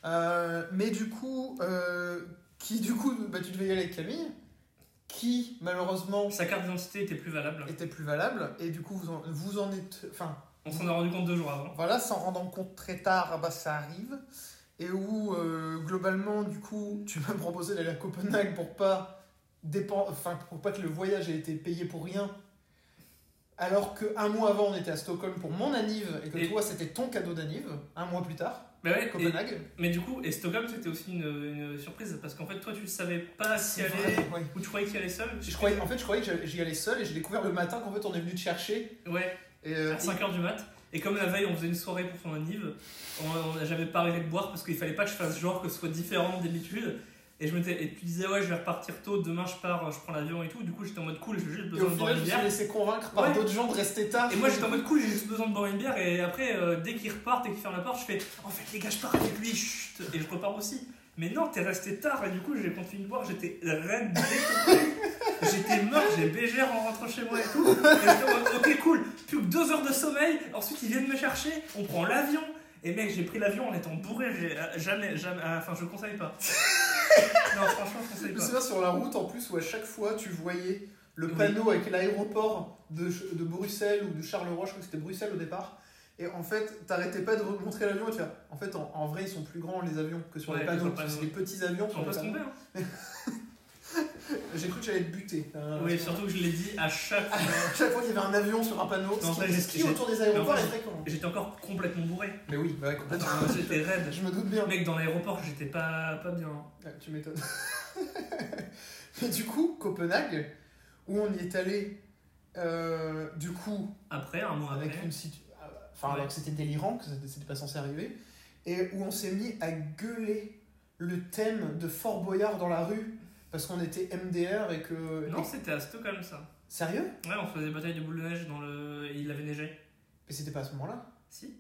C: Euh, mais du coup, euh, qui du coup, bah, tu devais y aller avec Camille, qui malheureusement
B: Sa carte d'identité était plus valable.
C: était plus valable, et du coup, vous en, vous en êtes. Enfin,
B: On s'en est rendu compte deux jours avant.
C: Voilà, s'en rendant compte très tard, bah, ça arrive. Et où, euh, globalement, du coup, tu m'as proposé d'aller à Copenhague pour pas, dépen- enfin, pour pas que le voyage ait été payé pour rien. Alors qu'un mois avant, on était à Stockholm pour mon anniv et que
B: Et-
C: toi, c'était ton cadeau d'anniv, un mois plus tard,
B: Mais, ouais, et-
C: Copenhague.
B: mais du coup, et Stockholm, c'était aussi une, une surprise parce qu'en fait, toi, tu savais pas si
C: C'est
B: aller
C: vrai, ouais.
B: ou tu croyais qu'il allait seul.
C: Je croyais, en fait, je croyais que j'allais- j'y allais seul et j'ai découvert le matin qu'en fait, on est venu te chercher.
B: Ouais,
C: Et, euh,
B: à 5h du mat. Et comme la veille, on faisait une soirée pour son anniv, on- on- j'avais pas arrêté de boire parce qu'il fallait pas que je fasse genre que ce soit différent d'habitude. Et je m'étais, et tu disais, ouais, je vais repartir tôt, demain je pars, je prends l'avion et tout. Du coup, j'étais en mode cool, j'ai juste
C: et au
B: besoin de boire
C: final,
B: une
C: je me
B: bière.
C: suis laissé convaincre par
B: Ouais.
C: d'autres gens de rester tard.
B: Et moi j'étais en mode cool, j'ai juste besoin de boire une bière et après euh, dès qu'ils repartent et qu'ils ferment la porte, je fais en fait les gars je pars avec lui, chut et je repars aussi. Mais non, t'es resté tard et du coup j'ai continué de boire, j'étais raide, découpé. j'étais mort, j'ai bégère en rentrant chez moi et tout. Et j'étais en mode ok cool, plus que deux heures de sommeil, ensuite ils viennent me chercher, on prend l'avion. Et mec, j'ai pris l'avion en étant bourré, j'ai euh, jamais, jamais, euh, enfin je conseille pas. non, franchement je conseille
C: Je me
B: pas.
C: souviens sur la route en plus où à chaque fois tu voyais le
B: Oui.
C: panneau avec l'aéroport de, Ch- de Bruxelles ou de Charleroi, je crois que c'était Bruxelles au départ. Et en fait, t'arrêtais pas de montrer l'avion et tu fais, En fait, en, en vrai, ils sont plus grands les avions que sur
B: Ouais,
C: les panneaux.
B: sur le
C: parce que C'est des
B: panneau.
C: petits avions
B: On
C: sur
B: peut
C: les
B: se
C: panneaux.
B: tromper hein.
C: J'ai cru que j'allais être buté. Euh,
B: Oui,
C: parce que-
B: surtout que je l'ai dit à chaque fois.
C: À chaque fois qu'il y avait un avion sur un panneau,
B: Non, en
C: ce
B: fait,
C: qui,
B: j'ai-
C: ce qui
B: j'ai-
C: autour des aéroports
B: mais
C: est hein.
B: en fait,
C: très con.
B: J'étais encore complètement bourré.
C: Mais oui, bah ouais, complètement.
B: Ah, J'étais raide.
C: Je me doute bien.
B: Mec, dans l'aéroport, j'étais pas, pas bien.
C: Ah, tu m'étonnes. Mais du coup, Copenhague, où on y est allé, euh, du coup,
B: Après, un mois
C: avec
B: après.
C: une situ- euh, Enfin,
B: Ouais.
C: alors que c'était délirant, que c'était- c'était pas censé arriver, et où on s'est mis à gueuler le thème de Fort Boyard dans la rue, parce qu'on était MDR et que.
B: Non,
C: et-
B: c'était à Stockholm ça.
C: Sérieux
B: Ouais, on faisait bataille de boules de neige dans le. et Il avait neigé.
C: Mais c'était pas à ce moment-là.
B: Si.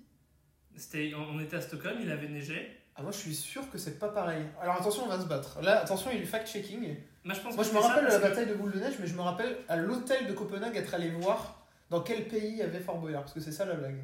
B: C'était... On était à Stockholm, il avait neigé.
C: Ah, moi je suis sûr que c'est pas pareil. Alors attention, on va se battre. Là, attention, il y a eu fact-checking.
B: Moi, je pense
C: Moi
B: que
C: je me
B: c'est ça
C: rappelle
B: parce
C: la
B: que-
C: bataille de boules de neige, mais je me rappelle à l'hôtel de Copenhague être allé voir dans quel pays il y avait Fort Boyard, parce que c'est ça la blague.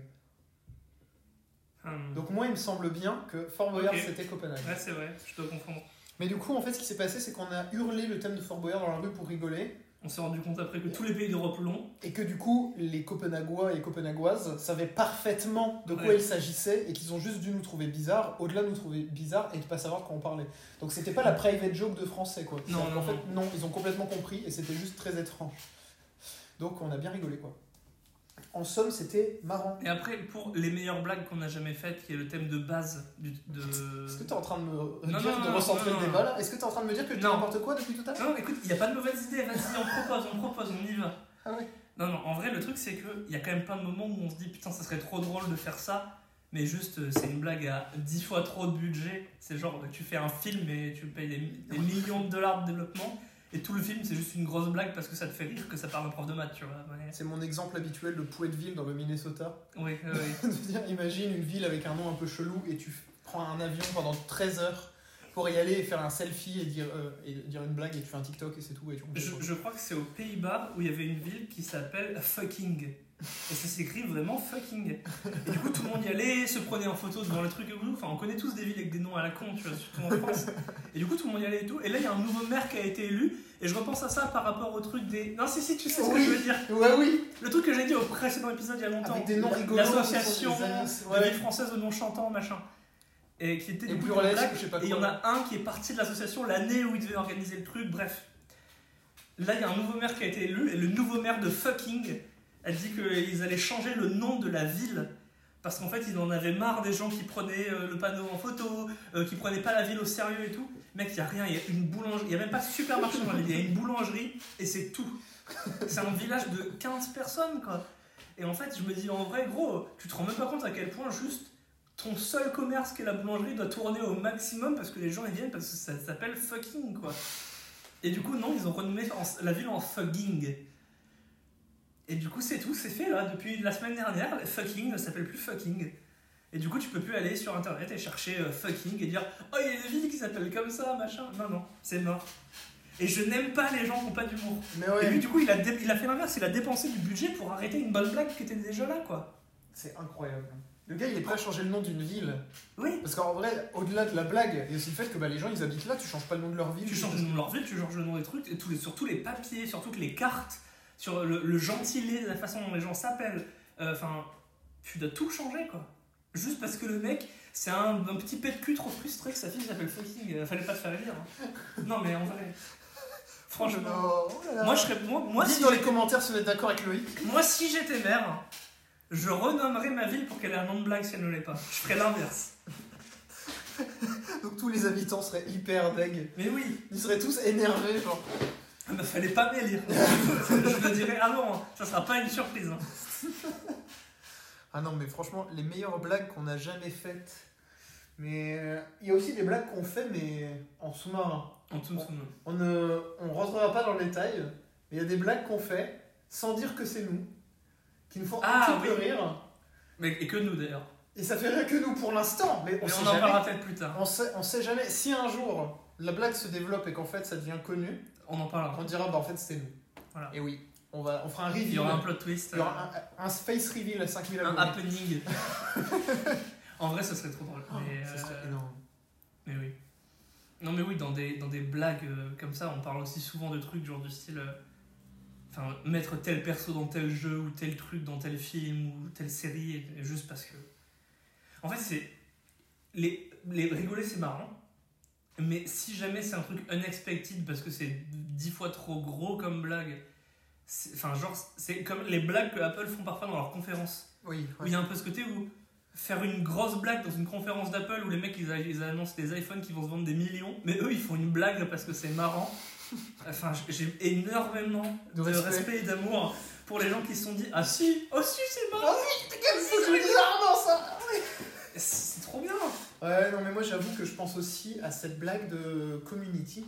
B: Hum.
C: Donc moi il me semble bien que Fort Boyard
B: Ok.
C: c'était Copenhague.
B: Ouais, c'est vrai, je dois confondre.
C: Mais du coup en fait ce qui s'est passé c'est qu'on a hurlé le thème de Fort Boyard dans la rue pour rigoler,
B: On s'est rendu compte après que tous les pays d'Europe l'ont.
C: et que du coup les Copenhagois et Copenhagoises savaient parfaitement de quoi
B: Ouais.
C: il s'agissait et qu'ils ont juste dû nous trouver bizarre, au-delà de nous trouver bizarre et de pas savoir de quoi on parlait. Donc c'était pas la private joke de français quoi.
B: Non,
C: C'est-à-dire
B: non,
C: qu'en fait non, ils ont complètement compris et c'était juste très étrange. Donc on a bien rigolé quoi. En somme, c'était marrant.
B: Et après, pour les meilleures blagues qu'on a jamais faites, qui est le thème de base du, de.
C: Est-ce que t'es en train de me
B: Euh, Non,
C: dire
B: non,
C: de
B: non,
C: recentrer
B: non,
C: le
B: non.
C: débat là Est-ce que t'es en train de me dire que je dis
B: Non.
C: n'importe quoi depuis tout à l'heure
B: Non, écoute, il n'y a pas de mauvaise idée, vas-y, on propose, on propose, on y va.
C: Ah ouais.
B: Non, non, en vrai, le truc, c'est qu'il y a quand même plein de moments où on se dit, putain, ça serait trop drôle de faire ça, mais juste, euh, c'est une blague à 10 fois trop de budget. C'est genre, tu fais un film et tu payes des, des millions de dollars de développement, et tout le film, c'est juste une grosse blague parce que ça te fait rire que ça parle d'un prof de maths, tu vois. Ouais,
C: C'est mon exemple habituel de Poetteville dans le Minnesota.
B: ouais, ouais, ouais.
C: Je veux dire, imagine une ville avec un nom un peu chelou et tu prends un avion pendant 13 heures pour y aller et faire un selfie et dire, euh, et dire une blague et tu fais un TikTok et c'est tout. Et tu
B: Je, je crois que c'est aux Pays-Bas où il y avait une ville qui s'appelle Fucking. Et ça s'écrit vraiment fucking. Et du coup, tout le monde y allait, se prenait en photo devant le truc et tout. Enfin, on connaît tous des villes avec des noms à la con, tu vois, surtout en France. Et du coup, tout le monde y allait et tout. Et là, il y a un nouveau maire qui a été élu. Et je repense à ça par rapport au truc des. Non, si, si, tu sais ce que
C: Oui.
B: je veux dire.
C: Ouais, oui
B: Le truc que j'ai dit au précédent épisode il y a longtemps.
C: Avec des noms rigolos.
B: L'association
C: qui sont des annonces,
B: de
C: ouais.
B: villes françaises aux noms chantants, machin. Et qui était
C: Et
B: du coup une
C: burlesque,
B: blague.
C: je sais pas
B: Et il y en
C: quoi.
B: a un qui est parti de l'association l'année où il devait organiser le truc, bref. Là, il y a un nouveau maire qui a été élu, et le nouveau maire de fucking a dit qu'ils allaient changer le nom de la ville. Parce qu'en fait, il en avait marre des gens qui prenaient euh, le panneau en photo, euh, qui prenaient pas la ville au sérieux et tout. Mec, il y a rien, il y a une boulangerie, il y a même pas de supermarché dans la ville, il y a une boulangerie et c'est tout. C'est un village de 15 personnes quoi. Et en fait, je me dis en vrai, gros, tu te rends même pas compte à quel point juste ton seul commerce qui est la boulangerie doit tourner au maximum parce que les gens ils viennent parce que ça s'appelle fucking quoi. Et du coup, non, ils ont renommé en- la ville en fucking. Et du coup, c'est tout, c'est fait là. Depuis la semaine dernière, fucking ne s'appelle plus fucking. Et du coup, tu peux plus aller sur internet et chercher euh, fucking et dire Oh, il y a des villes qui s'appellent comme ça, machin. Non, non, c'est mort. Et je n'aime pas les gens qui n'ont pas d'humour.
C: Mais
B: Et lui,
C: ouais,
B: du coup, il a, dé- il a fait l'inverse, il a dépensé du budget pour arrêter une bonne blague qui était déjà là, quoi.
C: c'est incroyable. Le gars, il est prêt à changer le nom d'une ville.
B: Oui.
C: Parce qu'en vrai, au-delà de la blague, il y a aussi le fait que bah, les gens, ils habitent là, tu changes pas le nom de leur ville.
B: Tu changes le nom de leur ville, tu changes le nom des trucs, et tous les- sur tous les papiers, sur toutes les cartes, sur le, le gentilé, la façon dont les gens s'appellent. Euh, Enfin, tu dois tout changer, quoi. Juste parce que le mec, c'est un, un petit pet de cul trop frustré que sa fille s'appelle fucking. Euh, fallait pas te faire élire. hein. Non, mais en vrai. Franchement.
C: Oh, oh là là.
B: Moi, je serais. Moi, moi,
C: Dites
B: si
C: dans
B: j'étais-
C: les commentaires si vous êtes d'accord avec Loïc.
B: moi, si j'étais maire, je renommerais ma ville pour qu'elle ait un nom de blague si elle ne l'est pas. Je ferais l'inverse.
C: Donc tous les habitants seraient hyper deg.
B: Mais oui.
C: Ils seraient tous énervés, genre.
B: Ah bah fallait pas m'élire. je me dirais, ah non, ça sera pas une surprise. hein.
C: Ah non, mais franchement, les meilleures blagues qu'on a jamais faites. Mais euh, il y a aussi des blagues qu'on fait, mais en sous-marin.
B: En tout cas,
C: On ne on rentrera pas dans le détail, mais il y a des blagues qu'on fait sans dire que c'est nous, qui nous font
B: Ah,
C: un petit peu
B: oui.
C: rire.
B: Mais et que nous d'ailleurs.
C: Et ça fait rire que nous pour l'instant, mais on
B: Mais
C: sait
B: on en
C: jamais.
B: parlera peut-être plus tard.
C: On sait, on sait jamais. Si un jour la blague se développe et qu'en fait ça devient connu,
B: On en parlera.
C: on dira bah en fait c'est nous.
B: Voilà.
C: Et oui, on, va, on fera un reveal.
B: Il y aura un plot twist,
C: Il y aura un, un space reveal à 5000
B: un
C: abonnés.
B: happening. en vrai, ça serait trop drôle.
C: Oh,
B: Mais,
C: ça
B: euh,
C: serait énorme.
B: mais oui. Non, mais oui, dans des, dans des blagues euh, comme ça, on parle aussi souvent de trucs genre du style. euh, Enfin, mettre tel perso dans tel jeu ou tel truc dans tel film ou telle série, et- et juste parce que. En fait, c'est. Les, les rigoler, c'est marrant. Mais si jamais c'est un truc unexpected parce que c'est dix fois trop gros comme blague, c'est- enfin genre c'est comme les blagues que Apple font parfois dans leurs conférences.
C: Oui,
B: Où il y a un peu ce côté où faire une grosse blague dans une conférence d'Apple où les mecs ils, a- ils annoncent des iPhones qui vont se vendre des millions, mais eux ils font une blague parce que c'est marrant. Enfin j- j'ai énormément de,
C: De
B: respect.
C: respect.
B: et d'amour pour les gens qui se sont dit ah si, oh si c'est marrant,
C: ça
B: c'est trop bien.
C: Ouais, non, mais moi j'avoue que je pense aussi à cette blague de Community,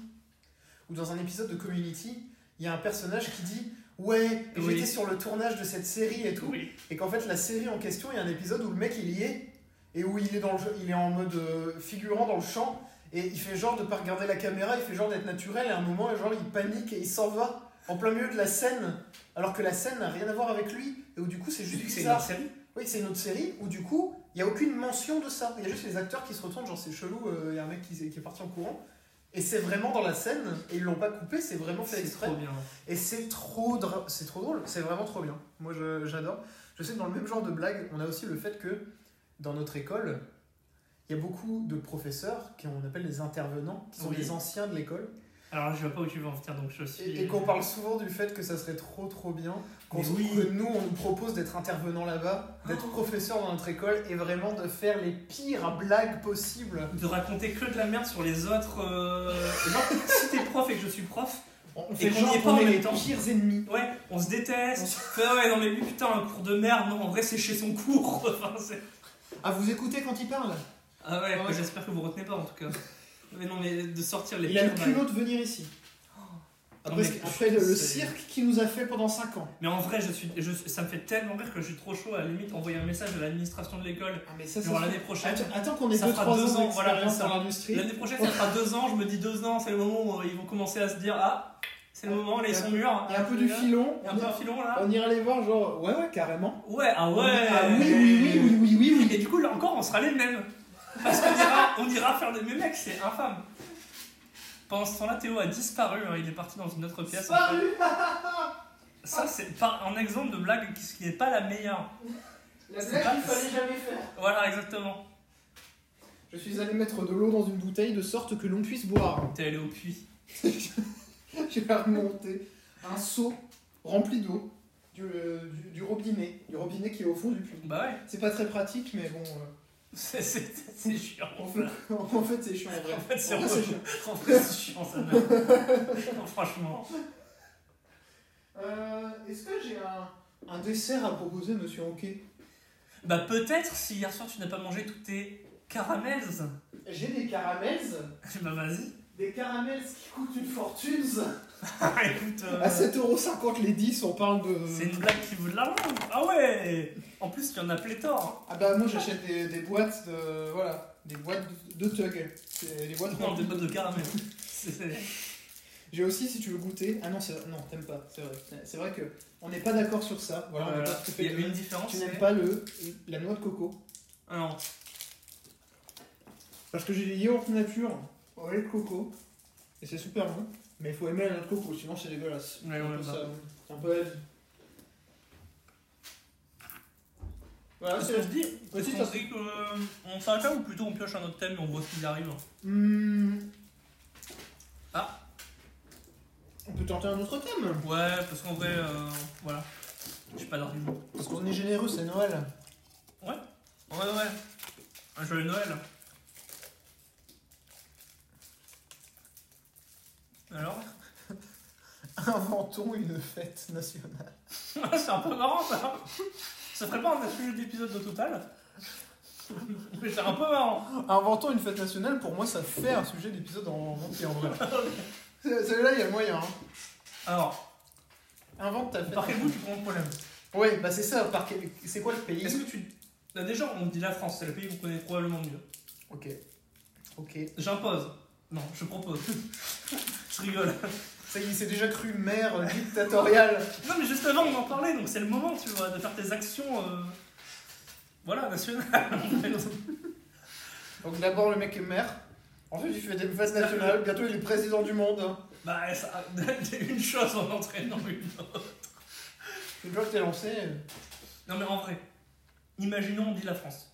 C: où dans un épisode de Community, il y a un personnage qui dit Ouais,
B: Oui.
C: j'étais sur le tournage de cette série et tout,
B: Oui.
C: et qu'en fait la série en question, il y a un épisode où le mec il y est, et où il est, dans le jeu- il est en mode euh, figurant dans le champ, et il fait genre de pas regarder la caméra, il fait genre d'être naturel, et à un moment, genre il panique et il s'en va en plein milieu de la scène, alors que la scène n'a rien à voir avec lui, et où du coup c'est
B: Je
C: juste
B: dis que c'est une
C: bizarre.
B: autre série.
C: Oui, c'est une autre série où du coup, il n'y a aucune mention de ça. Il y a juste les acteurs qui se retournent, genre c'est chelou, euh, il y a un mec qui, s'est- qui est parti en courant. Et c'est vraiment dans la scène, et ils l'ont pas coupé, c'est vraiment fait
B: C'est
C: exprès.
B: trop bien.
C: Et c'est trop, dra- c'est trop drôle, c'est vraiment trop bien. Moi je- j'adore. Je sais que dans le même genre de blague, on a aussi le fait que dans notre école, il y a beaucoup de professeurs qui on appelle les intervenants, qui sont
B: Oui.
C: des anciens de l'école,
B: Alors je vois pas où tu veux en venir donc je suis.
C: et, et qu'on parle souvent du fait que ça serait trop trop bien, qu'on
B: Mais
C: se-
B: oui.
C: que nous on nous propose d'être intervenant là-bas, d'être professeur dans notre école et vraiment de faire les pires blagues possibles.
B: euh, de raconter que de la merde sur les autres. euh, genre, si t'es prof et que je suis prof,
C: On
B: fait genre qu'on est les
C: pires ennemis.
B: ouais, on se déteste. Fait, ouais, non mais lui putain, un cours de merde, non, en vrai c'est chez son cours. Enfin, c'est-
C: Ah vous écoutez quand il parle
B: ah ouais,
C: Ouais.
B: j'espère que vous retenez pas en tout cas. Mais non, mais de sortir les
C: Il a le
B: pires balles.
C: culot de venir ici.
B: Non,
C: Après,
B: mais
C: ce- après le, le
B: c'est-
C: cirque qu'il nous a fait pendant 5 ans.
B: Mais en vrai, je suis, je, ça me fait tellement rire que je suis trop chaud à la limite envoyer un message à l'administration de l'école.
C: Ah mais ça,
B: Genre l'année prochaine.
C: Attends, attends qu'on ait
B: Ça
C: 2-3
B: fera deux ans,
C: ans
B: voilà,
C: d'expérience
B: ça.
C: dans l'industrie.
B: L'année prochaine, ça fera deux ans, je me dis deux ans, c'est le moment où ils vont commencer à se dire Ah, c'est le moment, là ils sont mûrs. hein.
C: Il y a un peu du filon.
B: Il y a un
C: On
B: peu un
C: ira,
B: filon là.
C: on ira les voir genre ouais ouais carrément.
B: Ouais, ah ouais.
C: Ah oui oui oui oui oui oui oui.
B: Et du coup, là encore, on sera les mêmes. Parce qu'on ira, on ira faire les mêmes mecs, c'est infâme. Pendant ce temps-là, Théo a disparu, hein, il est parti dans une autre pièce. en fait. Ça, c'est pas un exemple de blague qui, qui n'est pas la meilleure.
C: La
B: blague qu'il
C: fallait jamais faire.
B: Voilà, exactement.
C: Je suis allé mettre de l'eau dans une bouteille de sorte que l'on puisse boire.
B: T'es allé au puits.
C: J'ai remonté un seau rempli d'eau du, euh, du- du robinet, du robinet qui est au fond du puits.
B: Bah ouais,
C: C'est pas très pratique, mais bon, euh,
B: c'est c'est- c'est chiant.
C: en fait, en fait, c'est chiant en vrai.
B: En fait, c'est
C: En vrai, c'est
B: relou.
C: chiant.
B: En fait, c'est chiant, ça merde. Non, franchement.
C: Euh, Est-ce que j'ai un, un dessert à proposer, monsieur Anquet
B: Bah peut-être si hier soir tu n'as pas mangé tous tes caramels.
C: J'ai des caramels,
B: Bah vas-y.
C: des caramels qui coûtent une fortune.
B: Écoute. euh,
C: À 7,50€ les 10, on parle de.
B: C'est une blague qui vaut de l'argent Ah ouais En plus, il y en a pléthore hein.
C: Ah bah moi j'achète des, des boîtes de voilà des boîtes de, de tug C'est les boîtes
B: hein. Non, des
C: remplies.
B: bottes de caramel C'est-
C: j'ai aussi si tu veux goûter ah non c'est non t'aimes pas c'est vrai c'est vrai que on n'est pas d'accord sur ça voilà on
B: Voilà.
C: n'est pas tout à fait
B: Euh, Il y a
C: d'accord.
B: une différence
C: tu n'aimes
B: c'est-
C: pas le la noix de coco
B: Ah non,
C: parce que j'ai des yaourts nature au lait de coco et c'est super bon mais il faut aimer la noix de coco sinon c'est dégueulasse
B: Ouais, on
C: C'est
B: aime pas.
C: un peu ça, c'est un peu la vie. voilà
B: Parce
C: c'est
B: que je dis,
C: Ouais,
B: est-ce
C: si,
B: qu'on
C: ça-
B: se dit que, euh, on s'arrête là ou plutôt on pioche un autre thème et on voit ce qui arrive
C: Hmm.
B: Mmh. Ah.
C: on peut tenter un autre thème
B: Ouais, parce qu'en vrai, euh, voilà. J'ai pas d'argument.
C: Parce qu'on est généreux, c'est Noël.
B: Ouais, ouais. Un jeu de Noël. Alors
C: Inventons une fête nationale.
B: C'est un peu marrant ça Ça ferait pas un sujet d'épisode de Total Mais c'est un peu marrant
C: Inventons une fête nationale, pour moi, ça fait un sujet d'épisode en entier en vrai. Ce- Celui-là, il y a moyen. hein.
B: Alors,
C: Invente ta fête.
B: par quel bout tu prends le problème
C: Ouais, bah c'est ça. Par quel- C'est quoi le pays
B: Est-ce que tu. Là, déjà, on dit la France, c'est le pays qu'on connaît probablement mieux.
C: Ok. Ok.
B: J'impose. Non, je propose. je rigole.
C: Ça, il s'est déjà cru maire euh, dictatorial.
B: Non, mais juste avant, on en parlait, donc c'est le moment, tu vois, de faire tes actions. euh, Voilà, nationales. en fait.
C: Donc d'abord, le mec est maire. Ensuite, il fait des fêtes nationales. Bientôt, il est président du monde. hein.
B: bah, ça... une chose en entraînant une autre.
C: Une fois que t'es lancé. euh,
B: Non, mais en vrai, imaginons, on dit la France.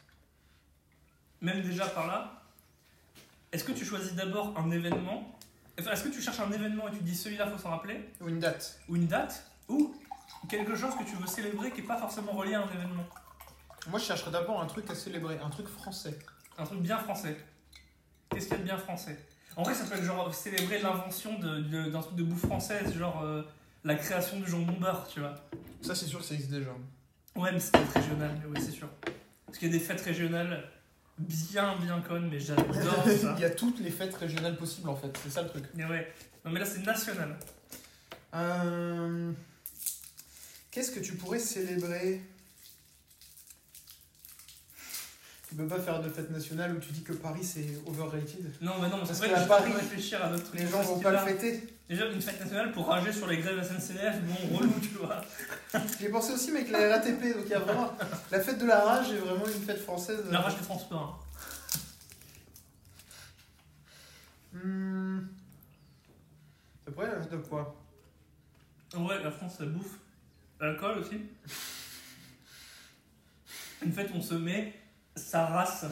B: Même déjà par là, Est-ce que tu choisis d'abord un événement Enfin, est-ce que tu cherches un événement et tu te dis celui-là, faut s'en rappeler
C: Ou une date.
B: Ou une date Ou quelque chose que tu veux célébrer qui n'est pas forcément relié à un événement
C: Moi, je chercherais d'abord un truc à célébrer, un truc français.
B: Un truc bien français. Qu'est-ce qu'il y a de bien français En vrai, ça peut être genre célébrer l'invention de- de- d'un truc de bouffe française, genre euh, la création du jambon beurre, tu vois.
C: Ça, c'est sûr que ça existe déjà. hein.
B: Ouais, mais c'est peut-être régional, mais oui, c'est sûr. Parce qu'il y a des fêtes régionales bien, bien connes, mais j'adore Ah, ça.
C: Il y a toutes les fêtes régionales possibles en fait, c'est ça le truc.
B: Mais ouais, non, mais là, c'est national.
C: Euh, Qu'est-ce que tu pourrais célébrer Tu peux pas faire de fête nationale où tu dis que Paris c'est overrated.
B: Non, mais non, mais
C: Parce
B: c'est vrai
C: que
B: que
C: à
B: je
C: Paris,
B: peux réfléchir à d'autres trucs.
C: Les gens
B: Parce
C: vont
B: que
C: pas
B: là,
C: le fêter.
B: Déjà, une fête nationale pour rager sur les grèves SNCF, bon, relou, tu vois.
C: J'ai pensé aussi mais avec la RATP, donc il y a vraiment la fête de la rage est vraiment une fête française.
B: La rage des transports. hein.
C: Hmm. Ça pourrait être de quoi
B: En vrai, la France, ça bouffe. L'alcool aussi. Une fête, on se met sa race.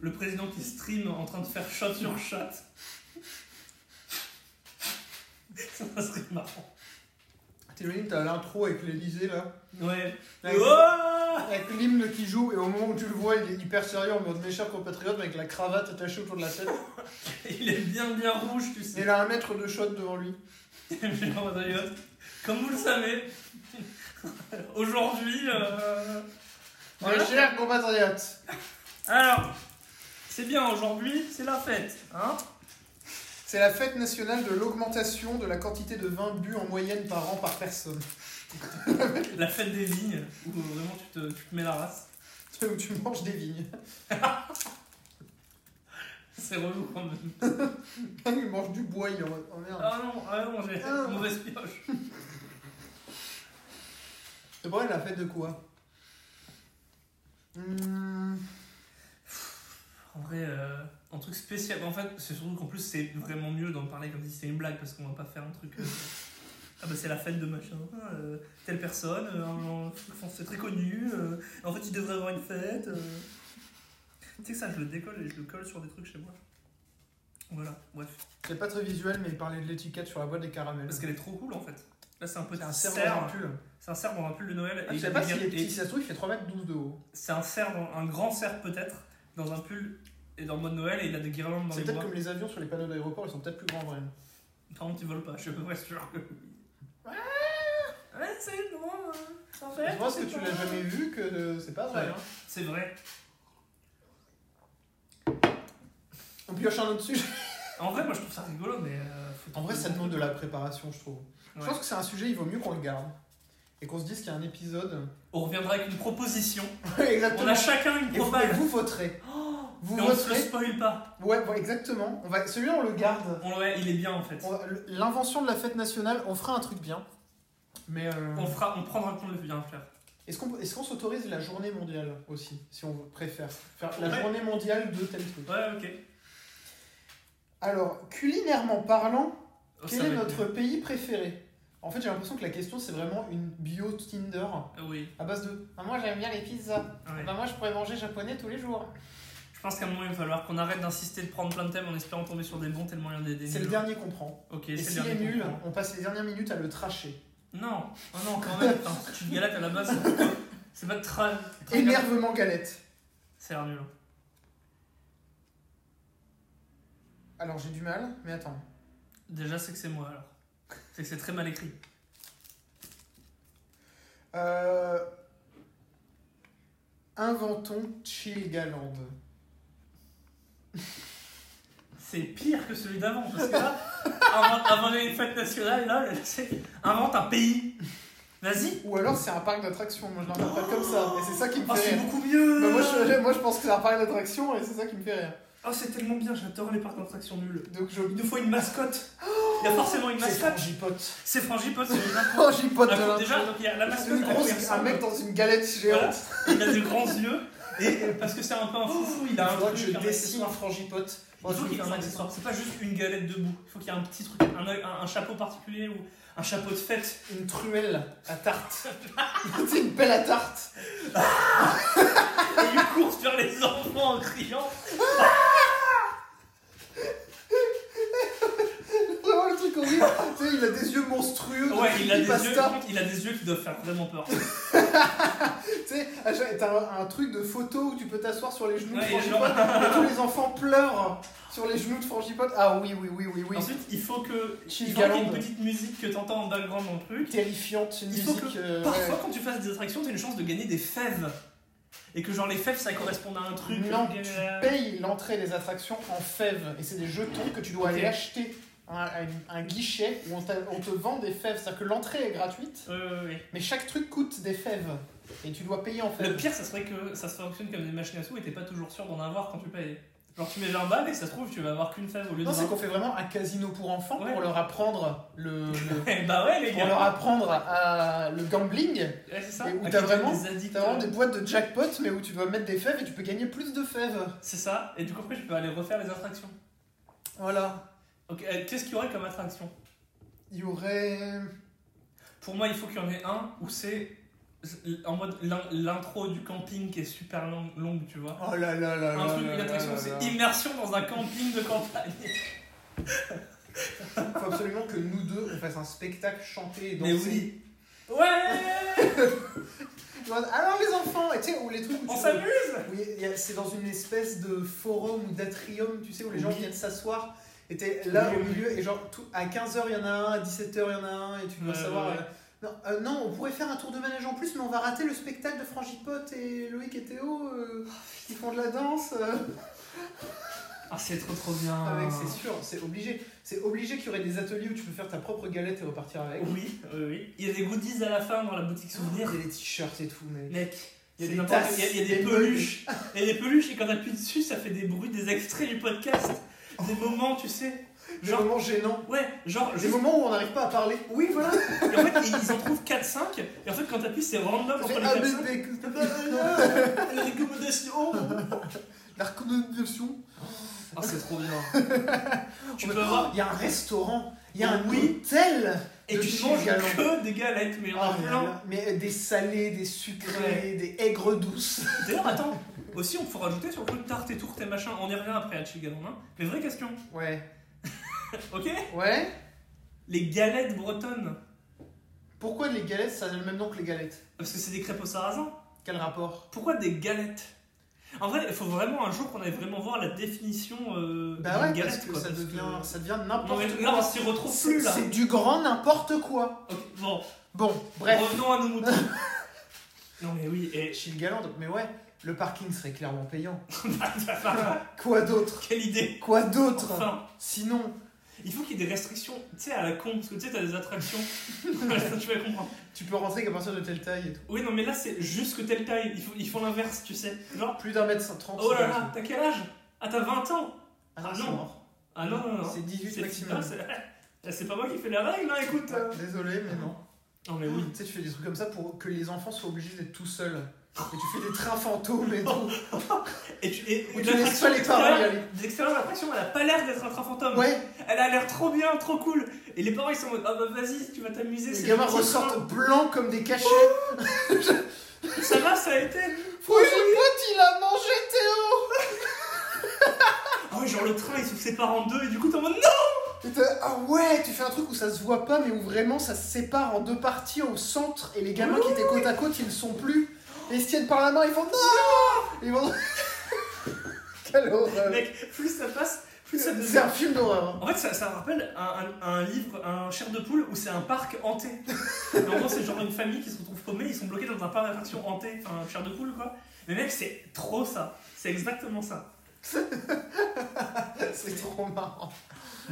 B: Le président qui stream en train de faire shot sur shot. Ça ça serait marrant.
C: T'imagines t'as l'intro avec l'Elysée là
B: Ouais.
C: Avec-
B: Oh
C: Avec l'hymne qui joue, et au moment où tu le vois, il est hyper sérieux en mode méchant compatriote avec la cravate attachée autour de la tête.
B: Il est bien bien rouge, tu
C: Et
B: sais.
C: il a un mètre de shot devant lui.
B: Genre, d'ailleurs, Comme vous le savez, aujourd'hui. euh,
C: Mes
B: voilà.
C: chers compatriotes,
B: Alors, c'est bien, aujourd'hui, c'est la fête. Hein
C: c'est la fête nationale de l'augmentation de la quantité de vin bu en moyenne par an par personne.
B: la fête des vignes, où vraiment tu te, tu te mets la race.
C: C'est où tu manges des vignes.
B: C'est relou quand même.
C: Il mange du bois, il est en mode, oh merde.
B: Ah non, ah non, j'ai
C: Ah.
B: mauvaise pioche.
C: C'est vrai, la fête de quoi Hmm,
B: En vrai, euh, un truc spécial. En fait, c'est surtout qu'en plus, c'est vraiment mieux d'en parler comme si c'était une blague, parce qu'on va pas faire un truc. euh, Ah bah c'est la fête de machin, euh, telle personne, euh, un- un- c'est très connu, euh, en fait il devrait avoir une fête. euh. Tu sais que ça je le décolle et je le colle sur des trucs chez moi. Voilà, bref.
C: C'est pas très visuel, mais il parlait de l'étiquette sur la boîte des caramels.
B: Parce qu'elle est trop cool en fait. Là c'est un peu
C: C'est un cerf dans un
B: cerf.
C: pull.
B: C'est un cerf dans un pull de Noël.
C: Ah,
B: hein. et
C: je sais
B: il
C: pas
B: a des-
C: s'il est
B: et-
C: petit, si ça se trouve, il fait 3m12 de haut.
B: C'est un cerf, dans- un grand cerf peut-être, dans un pull et dans le mode Noël et il a des guirlandes dans
C: C'est
B: les
C: peut-être
B: bras.
C: comme les avions sur les panneaux d'aéroport, ils sont peut-être plus grands en vrai.
B: Par contre ils volent pas, je suis à peu près sûr que. Ouais, c'est bon, hein. en fait.
C: Je pense que
B: c'est
C: tu
B: pas
C: l'as
B: mal.
C: jamais vu, que euh, c'est pas vrai.
B: Ouais.
C: hein.
B: C'est vrai.
C: On pioche un autre sujet.
B: En vrai, moi je trouve ça rigolo, mais. euh, faut-
C: En vrai, ça demande de la préparation, je trouve. Je
B: Ouais.
C: pense que c'est un sujet, il vaut mieux qu'on le garde. Et qu'on se dise qu'il y a un épisode.
B: On reviendra avec une proposition. On
C: exactement.
B: a chacun une
C: Et vous, et
B: propale.
C: vous voterez. Vous
B: Et on se le
C: voterez.
B: spoil pas.
C: Ouais, ouais, exactement. On va... Celui-là, on le garde.
B: On, ouais, il est bien en fait.
C: On- L'invention de la fête nationale, on fera un truc bien. Mais euh,
B: On, fera, on prendra compte de bien faire.
C: est-ce qu'on est-ce qu'on s'autorise la journée mondiale aussi, si on préfère Faire la
B: Ouais.
C: journée mondiale de tel truc.
B: Ouais, ok.
C: Alors, culinairement parlant,
B: Oh, ça
C: Quel
B: va
C: est
B: être
C: notre
B: bien.
C: pays préféré En fait, j'ai l'impression que la question, c'est vraiment une bio Tinder
B: Ah Oui.
C: à base de. Ah, moi, j'aime bien les pizzas.
B: ouais.
C: moi, je pourrais manger japonais tous les jours.
B: Je pense qu'à un moment, il va falloir qu'on arrête d'insister de prendre plein de thèmes en espérant tomber sur des bons tellement il y en a des, des
C: C'est le
B: nuls.
C: dernier qu'on prend.
B: Ok,
C: Et,
B: c'est le
C: s'il est
B: dernier
C: nul,
B: qu'on prend.
C: on passe les dernières minutes à le tracher.
B: Non, oh non, quand même. Enfin, tu te galates à la base, c'est pas- c'est pas de tra... tra-
C: Énervement galette.
B: C'est l'air nul. hein.
C: Alors, j'ai du mal, mais attends.
B: Déjà, c'est que c'est moi alors. C'est que c'est très mal écrit.
C: Euh... Inventons Chill Galand.
B: C'est pire que celui d'avant, parce que là, invente- inventer une fête nationale, là, c'est invente un pays. Vas-y.
C: Ou alors, c'est un parc d'attractions. Moi, je l'invente pas comme ça. Et c'est ça qui me
B: Oh,
C: fait
B: c'est
C: rire.
B: beaucoup mieux.
C: Bah, moi, je, moi, je pense que c'est un parc d'attractions et c'est ça qui me fait rire.
B: Oh, c'est tellement bien, j'adore les parcs d'attraction nuls.
C: Donc, je.
B: Il nous faut une mascotte. Il y a forcément une
C: C'est
B: mascotte.
C: Frangipote.
B: C'est Frangipote, celui-là.
C: Frangipote de
B: Ah,
C: l'intro.
B: Déjà, donc, il y a la
C: C'est
B: mascotte.
C: une
B: elle
C: grosse,
B: ressemble.
C: un mec dans une galette géante.
B: Il a de grands yeux. Et et parce que c'est un peu un foufou, il
C: Il
B: a un
C: faudra
B: truc.
C: que je
B: un
C: dessine un
B: accessoire.
C: frangipote.
B: Il faut qu'il y ait un accessoire. C'est pas juste une galette debout. Il faut qu'il y ait un petit truc, un, œil- un- un chapeau particulier ou un chapeau de fête.
C: Une truelle à tarte. C'est une pelle à tarte.
B: Et il course vers les enfants en criant.
C: Tu sais, il a des yeux monstrueux. de
B: Ouais, il a, des yeux,
C: creepypasta.
B: il a des yeux qui doivent faire vraiment peur.
C: Tu sais, à chaque- t'as un, un truc de photo où tu peux t'asseoir sur les genoux
B: Ouais,
C: de
B: et genre-
C: Frangipote et tous les enfants pleurent sur les genoux de Frangipote. Ah oui, oui, oui, oui, oui.
B: Ensuite, il faut que il faut
C: Chief
B: qu'il y ait une
C: Galland.
B: petite musique que t'entends en background dans le truc.
C: Terrifiante, une
B: Il faut
C: musique.
B: que-
C: euh,
B: Parfois,
C: ouais.
B: quand tu fasses des attractions, t'as une chance de gagner des fèves. Et que genre les fèves, ça corresponde à un truc.
C: Non,
B: Euh,
C: tu payes l'entrée des attractions en fèves et c'est des jetons que tu dois
B: Ok.
C: aller acheter à un, à une- un guichet où on, t'a- on te vend des fèves. C'est-à-dire que l'entrée est gratuite,
B: euh, ouais.
C: mais chaque truc coûte des fèves et tu dois payer en
B: Le
C: fèves.
B: pire, ça serait que ça se fonctionne comme des machines à sous et t'es pas toujours sûr d'en avoir quand tu payes. Genre, tu mets 20 balles et ça se trouve, tu vas avoir qu'une fève au lieu de
C: Non, c'est
B: 20.
C: qu'on fait vraiment un casino pour enfants
B: Ouais.
C: pour leur apprendre le. le-
B: Eh bah ouais, les
C: Pour
B: gars.
C: leur apprendre à le gambling,
B: Ouais, c'est ça. Ah,
C: Et où
B: À
C: t'as
B: qui
C: vraiment-
B: des addicts,
C: T'as vraiment
B: euh,
C: des boîtes de jackpot, mais où tu dois mettre des fèves et tu peux gagner plus de fèves.
B: C'est ça. Et du coup, après, tu peux aller refaire les attractions.
C: Voilà.
B: Ok, euh, qu'est-ce qu'il y aurait comme attraction
C: Il y aurait.
B: Pour moi, il faut qu'il y en ait un où c'est en mode l'in- l'intro du camping qui est super long- longue, tu vois.
C: Oh là là là
B: Un
C: là
B: truc,
C: là
B: une
C: là
B: attraction,
C: là
B: c'est
C: là.
B: immersion dans un camping de campagne.
C: Faut absolument que nous deux, on fasse un spectacle chanté et
B: Mais
C: dansé.
B: oui. Ouais
C: Tu vois, Alors les enfants, et tu sais, ou les trucs où tu
B: On
C: peux-
B: s'amuse
C: où il y a- C'est dans une espèce de forum ou d'atrium, tu sais, où les gens
B: Oui.
C: viennent s'asseoir. Et t'es là
B: Oui,
C: au
B: oui.
C: milieu, et genre tout- à 15h il y en a un, à 17h il y en a un, et tu dois
B: Ouais,
C: savoir.
B: ouais, ouais.
C: euh, Non, euh, non, on pourrait faire un tour de manège en plus, mais on va rater le spectacle de Frangipote et Loïc et Théo euh, qui font de la danse. euh.
B: Ah, c'est trop trop bien.
C: Ah, mec, c'est sûr, c'est obligé. C'est obligé qu'il y aurait des ateliers où tu peux faire ta propre galette et repartir avec.
B: Oui, oui, oui. Ah. Il y a des goodies à la fin dans la boutique
C: Il y
B: souvenir.
C: a des t-shirts et tout, mais.
B: Mec, il y a
C: C'est
B: des,
C: tasses,
B: n'importe- il y a- il y a des
C: des
B: peluches. Il y a des peluches et quand on appuie dessus, ça fait des bruits, des extraits du podcast. Des moments, tu sais.
C: Des
B: Genre-
C: moments gênants.
B: Ouais, genre,
C: Des
B: juste-
C: moments où on n'arrive pas à parler.
B: Oui, voilà. Et en fait, ils en trouvent 4-5. Et en fait, quand t'appuies, c'est random
C: Ça
B: entre
C: fait
B: les
C: A,
B: 4
C: B, B,
B: Les recommandations
C: La recommandation.
B: Ah, c'est trop bien. Oh, tu peux avoir.
C: Il y a un restaurant, il y a un
B: Oui.
C: hôtel.
B: Et
C: de
B: tu
C: chiffres
B: manges
C: galants.
B: que des galettes, mais il y en a
C: Ah, il y
B: plein.
C: en a- Mais euh, des salés, des sucrés, des aigres douces.
B: D'ailleurs, attends. Aussi, on peut rajouter sur le truc tarte et tourte et machin. On y revient après à Chigalon. Hein. Mais vraie question.
C: Ouais.
B: Ok
C: Ouais.
B: Les galettes bretonnes.
C: Pourquoi les galettes, ça a le même nom que les galettes
B: Parce que c'est des crêpes au sarrasin.
C: Quel rapport
B: Pourquoi des galettes En vrai, il faut vraiment un jour qu'on aille vraiment voir la définition euh,
C: Bah
B: d'une
C: ouais,
B: galette.
C: parce que
B: quoi,
C: ça
B: parce
C: devient,
B: que-
C: ça devient
B: Non, mais
C: n'importe
B: là, on
C: quoi.
B: s'y retrouve
C: C'est
B: plus là.
C: c'est du grand n'importe quoi.
B: Ok, bon,
C: Bon, bref.
B: revenons à nos moutons. non mais oui, et.
C: Chez le Galande, mais ouais, le parking serait clairement payant.
B: Ah, Quelle
C: Quoi d'autre
B: idée
C: Quoi d'autre
B: Enfin,
C: Sinon,
B: il faut qu'il y ait des restrictions, tu sais, à la con, parce que tu sais, t'as des attractions. tu vas comprendre.
C: tu peux rentrer qu'à partir de telle taille et tout.
B: Oui, non, mais là, c'est juste que telle taille, ils font, ils font l'inverse, tu sais. Genre,
C: Plus d'un mètre cent trente.
B: oh là
C: c'est
B: là,
C: pas
B: t'as quel âge Ah, t'as 20 ans
C: possible. Ah
B: Ah
C: non,
B: non.
C: c'est mort.
B: Ah non, non, non.
C: C'est 18 maximum.
B: ah, c'est- C'est pas moi qui fais la règle, hein, écoute.
C: Ouais, Désolé, mais non.
B: Non, mais oui.
C: Tu sais, tu fais des trucs comme ça pour que les enfants soient obligés d'être tout seuls. Et tu fais des trains fantômes et tout.
B: Et tu, et,
C: Ou tu
B: l'attraction
C: laisses pas les parents y
B: d'extérieur-
C: aller.
B: d'extérieur, l'attraction, elle a pas l'air d'être un train fantôme.
C: Ouais,
B: Elle a l'air trop bien, trop cool. Et les parents, ils sont en mode, ah bah vas-y, tu vas t'amuser.
C: les
B: c'est
C: gamins
B: le petit
C: ressortent blancs comme des cachets.
B: Oh, train. Ça va, ça a été.
C: Frangipote, il a mangé Théo
B: Ah ouais, genre le train, il se sépare en deux, et du coup, t'es en mode,
C: Et t'as- Ah ouais, tu fais un truc où ça se voit pas, mais où vraiment ça se sépare en deux parties au centre. Et les gamins qui étaient côte à côte, ils ne sont plus. Et ils se tiennent par la main, ils font non Ils vont. Quelle horreur
B: Mec, plus ça passe, plus ça
C: C'est
B: devient.
C: un film d'horreur. hein.
B: En fait, ça, ça me rappelle un, un- un livre, un chair de poule où c'est un parc hanté. Mais en gros, c'est genre une famille qui se retrouve paumée, ils sont bloqués dans un parc d'attractions hanté, enfin, chair de poule quoi. Mais mec, c'est trop ça. C'est exactement ça.
C: C'est trop marrant.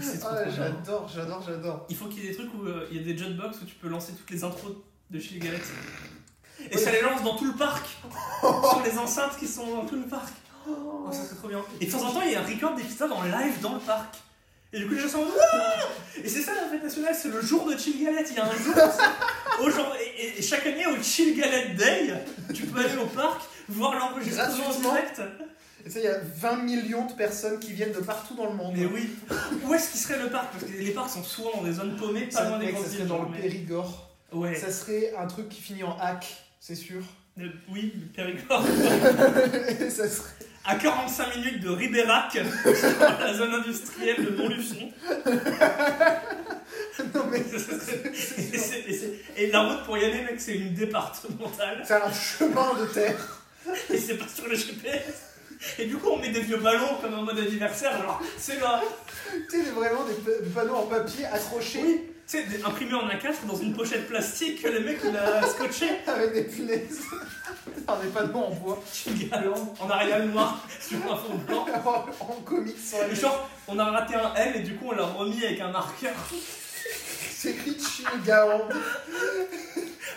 B: C'est trop,
C: Ah,
B: trop bien.
C: j'adore, j'adore, j'adore.
B: Il faut qu'il y ait des trucs où euh, il y a des jotbox où tu peux lancer toutes les intros de chez les galettes. Et
C: Ouais.
B: ça les lance dans tout le parc. Sur les enceintes qui sont dans tout le parc. Oh, ça serait trop bien. Et de temps en temps, il y a un record d'épisodes en live dans le parc. Et du coup, les gens sont en mode, Wouah Et c'est ça la fête nationale, c'est le jour de Chill Galette. Il y a un jour. c'est- au jour- et, et- et chaque année, au Chill Galette Day, tu peux aller au parc, voir l'enregistrement en
C: Gratuitement.
B: direct.
C: Tu sais, il y a 20 millions de personnes qui viennent de partout dans le monde.
B: Mais oui. Où est-ce qu'il serait le parc Parce que les parcs sont souvent dans des zones paumées, pas
C: ça,
B: loin des
C: mec, ça
B: grandes
C: serait
B: villes.
C: dans
B: genre,
C: le
B: mais-
C: Périgord.
B: Ouais.
C: Ça serait un truc qui finit en hack, c'est sûr.
B: Euh, Oui, le Périgord.
C: Et ça serait.
B: À 45 minutes de Ribérac, sur la zone industrielle de Montluçon.
C: Non, mais
B: et c'est- et c'est- et la route pour y aller, mec, c'est une départementale.
C: c'est un chemin de terre.
B: Et c'est pas sur le GPS. Et du coup, on met des vieux ballons comme en mode anniversaire. Genre, c'est là.
C: Tu sais, vraiment des pa- panneaux en papier accrochés
B: Oui. Tu sais, des- imprimé en A4 dans une pochette plastique que le mec il a scotché.
C: avec des punaises. Enfin, des panneaux en bois.
B: Une galante en arial noir sur un fond blanc.
C: en comics sur
B: Et
C: la
B: genre, on a raté un L et du coup, on l'a remis avec un marqueur.
C: C'est écrit Shinigami.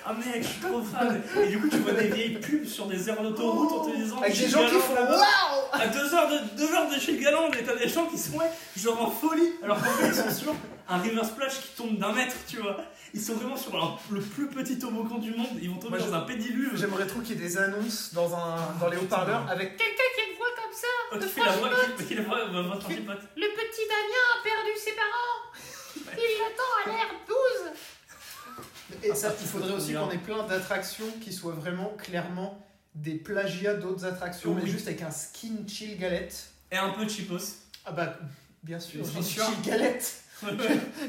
B: Ah mec, je suis trop fan. Et du coup, tu vois des vieilles pubs sur des aires d'autoroute en te disant.
C: Avec des
B: Chez
C: gens qui
B: Galland,
C: font
B: là-bas.
C: Waouh
B: À deux heures de, deux heures de chez Galand, et t'as des gens qui sont ouais, genre en folie, alors qu'en fait ils sont sur un river splash qui tombe d'un mètre, tu vois. Ils sont vraiment sur leur- le plus petit toboggan du monde, ils vont tomber
C: Moi,
B: dans un pédiluve.
C: J'aimerais trop qu'il y ait des annonces dans, un, dans les haut-parleurs avec
D: Quelqu'un qui a une voix comme ça,
B: Oh, tu fais la voix qui, qui la voix, la voix de Frankie Pote.
D: le petit Damien a perdu ses parents. Il l'attend à l'air 12.
C: Et Ah, ça, il faudrait aussi
B: Bien.
C: qu'on ait plein d'attractions qui soient vraiment clairement des plagiats d'autres attractions,
B: Oui.
C: mais juste avec un skin chill galette.
B: Et un peu cheapos.
C: Ah bah, bien sûr,
B: Bien
C: un
B: sûr.
C: chill galette.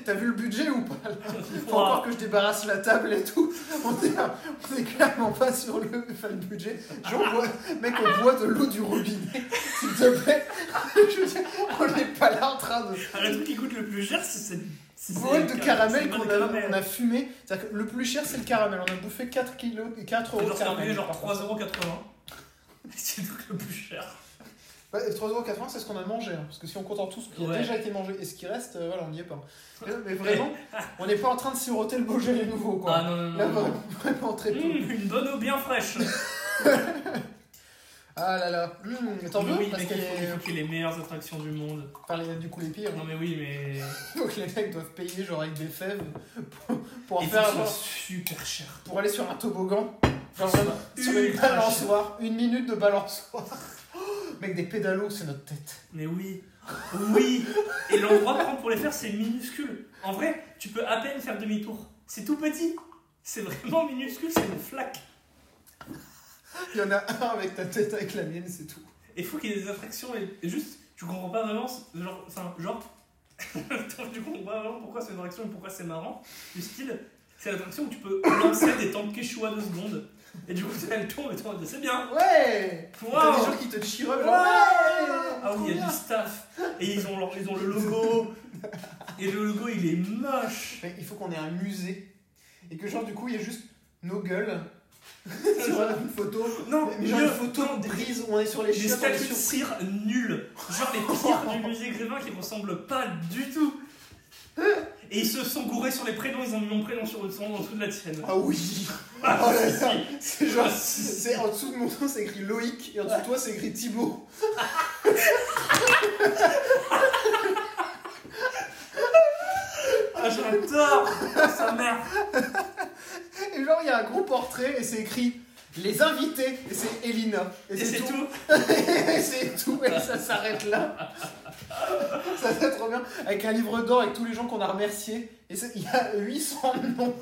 C: T'as vu le budget ou pas là Faut
B: Ouah.
C: encore que je débarrasse la table et tout. On est, on est clairement pas sur le fan budget. Genre, on boit- mec, on boit de l'eau du robinet, s'il te plaît. Je veux dire, on n'est pas là en train de
B: Ah, le truc qui coûte le plus cher, c'est cette. c'est
C: boîte
B: cette-
C: de caramel
B: cette boîte
C: qu'on
B: de
C: a,
B: caramel.
C: on a fumé. C'est-à-dire que le plus cher, c'est le caramel. On a bouffé 4 kilos, 4 euros
B: Et
C: de
B: genre, c'est un
C: caramel.
B: billet genre
C: par contre.
B: 3,80€. C'est le truc le plus cher.
C: Ouais, 3,80€, c'est ce qu'on a mangé. hein, parce que si on compte en tout ce qui
B: Ouais.
C: a déjà été mangé et ce qui reste, euh, voilà, on n'y est pas. Mais, mais vraiment, on n'est pas en train de siroter le Beaujolais nouveau, quoi.
B: Ah non, non,
C: Là,
B: non. non.
C: vraiment, vraiment très peu.
B: Mmh, une bonne eau bien fraîche.
C: Ah là là. Mmh, T'en
B: Mais
C: veux
B: oui,
C: Parce
B: mec, il
C: qu'elle
B: faut- il faut
C: est...
B: qu'il y ait les meilleures attractions du monde.
C: par les- du coup les pires. hein.
B: Non mais oui, mais...
C: Donc les mecs doivent payer genre avec des fèves pour, pour en
B: Et
C: faire
B: ça
C: genre,
B: super cher.
C: pour aller sur un toboggan. Genre vraiment, sur une
B: ultra
C: balançoire, une minute de balançoire. Oh, mec, des pédalos, c'est notre tête.
B: Mais oui, oui Et l'endroit par contre pour les faire, c'est minuscule. En vrai, tu peux à peine faire demi-tour. C'est tout petit. C'est vraiment minuscule, c'est une flaque.
C: Il y en a un avec ta tête, avec la mienne, c'est tout.
B: Et faut qu'il y ait des attractions et, et juste, tu comprends pas vraiment, c'est- genre, enfin, genre, tu comprends pas vraiment pourquoi c'est une attraction et pourquoi c'est marrant. Du style, c'est l'attraction où tu peux lancer des temps de quechua de secondes. Et du coup, elle tourne et toi, c'est bien.
C: Ouais T'as des
B: Waouh
C: gens qui te cheer up,
B: Ouais.
C: genre, ouais
B: Ah oui, il y a du staff. Et ils ont, leur- ils ont le logo. Et le logo, il est moche.
C: Mais il faut qu'on ait un musée. Et que genre du coup il y a juste nos gueules sur
B: Genre-
C: une photo.
B: Non,
C: Mais genre
B: mieux.
C: une photo
B: Non, des-
C: brise, on est sur les
B: Des
C: chiottes, on est
B: statues de
C: sur-
B: cire nulles. Genre les pires du musée Grévin qui ressemblent pas du tout.
C: Euh.
B: Et ils se sont gourés sur les prénoms, ils ont mis mon prénom sur le son en dessous de la tienne.
C: Ah oui
B: Ah,
C: Oh là
B: si,
C: là.
B: si.
C: C'est genre,
B: Ah, si.
C: c'est en dessous de mon nom c'est écrit Loïc et en dessous de toi c'est écrit Thibaut.
B: Ah, j'adore sa mère.
C: Et genre il y a un gros portrait et c'est écrit les invités et c'est Elina.
B: Et c'est tout.
C: et c'est tout et ça s'arrête là. ça c'est trop bien. Avec un livre d'or avec tous les gens qu'on a remerciés et c'est- il y a 800 noms.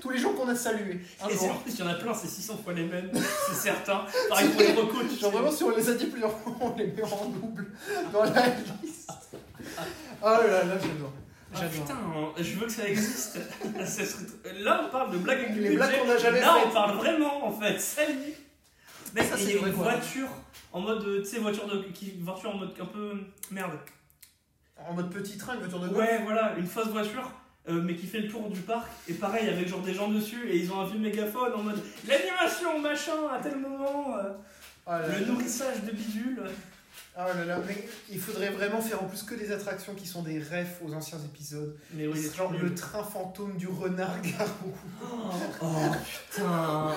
C: Tous les gens qu'on a salués. un
B: Et c'est
C: jour.
B: en plus, il y en a plein, c'est 600 fois les mêmes, c'est certain. Pareil pour les recos, tu sais.
C: Genre vraiment si on les a dit plusieurs fois, on les met en double dans la liste. Oh là là, j'adore.
B: Ah,
C: J'adore.
B: putain, je veux que ça existe. Ça serait- Là, on parle de blagues avec du
C: Les blagues
B: budget.
C: qu'on a jamais
B: Là, on
C: faites.
B: parle vraiment, en fait. Salut. Mais
C: Ça,
B: ça,
C: c'est
B: c'est une
C: vrai, quoi.
B: voiture en mode, euh, tu sais, voiture de, qui, voiture en mode un peu merde.
C: En mode petit train, une voiture de golf.
B: Ouais, voilà, une fausse voiture. euh, mais qui fait le tour du parc et pareil avec genre des gens dessus et ils ont un vieux mégaphone en mode l'animation machin à tel moment euh,
C: Oh là là.
B: le nourrissage de bidule
C: Ah là là, mais il faudrait vraiment faire en plus que des attractions qui sont des refs aux anciens épisodes.
B: mais oui
C: genre
B: c'est
C: le
B: nul.
C: train fantôme du renard garou.
B: oh, oh, putain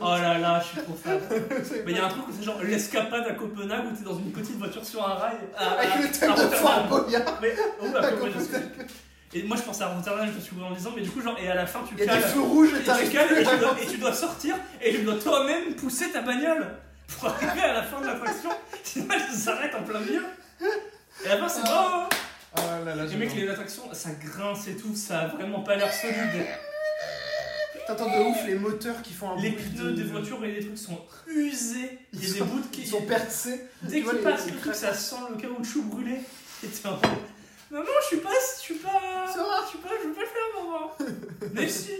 B: oh là là je suis trop fan
C: C'est
B: Mais il y a un truc où c'est genre l'escapade à Copenhague où t'es dans une petite voiture sur un rail. à- à-
C: Avec le
B: à
C: thème de
B: Rotterdam.
C: Fort Boyard.
B: Mais oh, Ah, à
C: à
B: Copenhague. Et moi je pensais à Rotterdam, je me suis ouvert en disant, mais du coup, genre, et à la fin tu
C: Il y a des
B: cales.
C: feux rouges
B: Et
C: et
B: tu
C: t'arrives
B: cales et
C: plus
B: tu,
C: à-
B: dois, et tu dois sortir et tu dois toi-même pousser ta bagnole pour arriver à la fin de l'attraction. Sinon elle s'arrête en plein milieu. Et à la fin c'est oh, oh.
C: Ah là là,
B: Les mecs,
C: j'adore.
B: les attractions, ça grince et tout, ça a vraiment pas l'air solide.
C: T'entends de ouf les moteurs qui font un
B: Les
C: bruit
B: pneus
C: de-
B: des voitures et des trucs sont usés. Il y a des bouts de-
C: Ils sont percés.
B: Dès
C: Tu vois,
B: qu'il
C: les-
B: passe
C: les
B: le truc, ça sent le caoutchouc brûlé. Et t'es en mode, Maman, je suis pas. Je suis pas.
C: Ça va.
B: Je suis pas. Je veux pas le faire, maman. Mais si.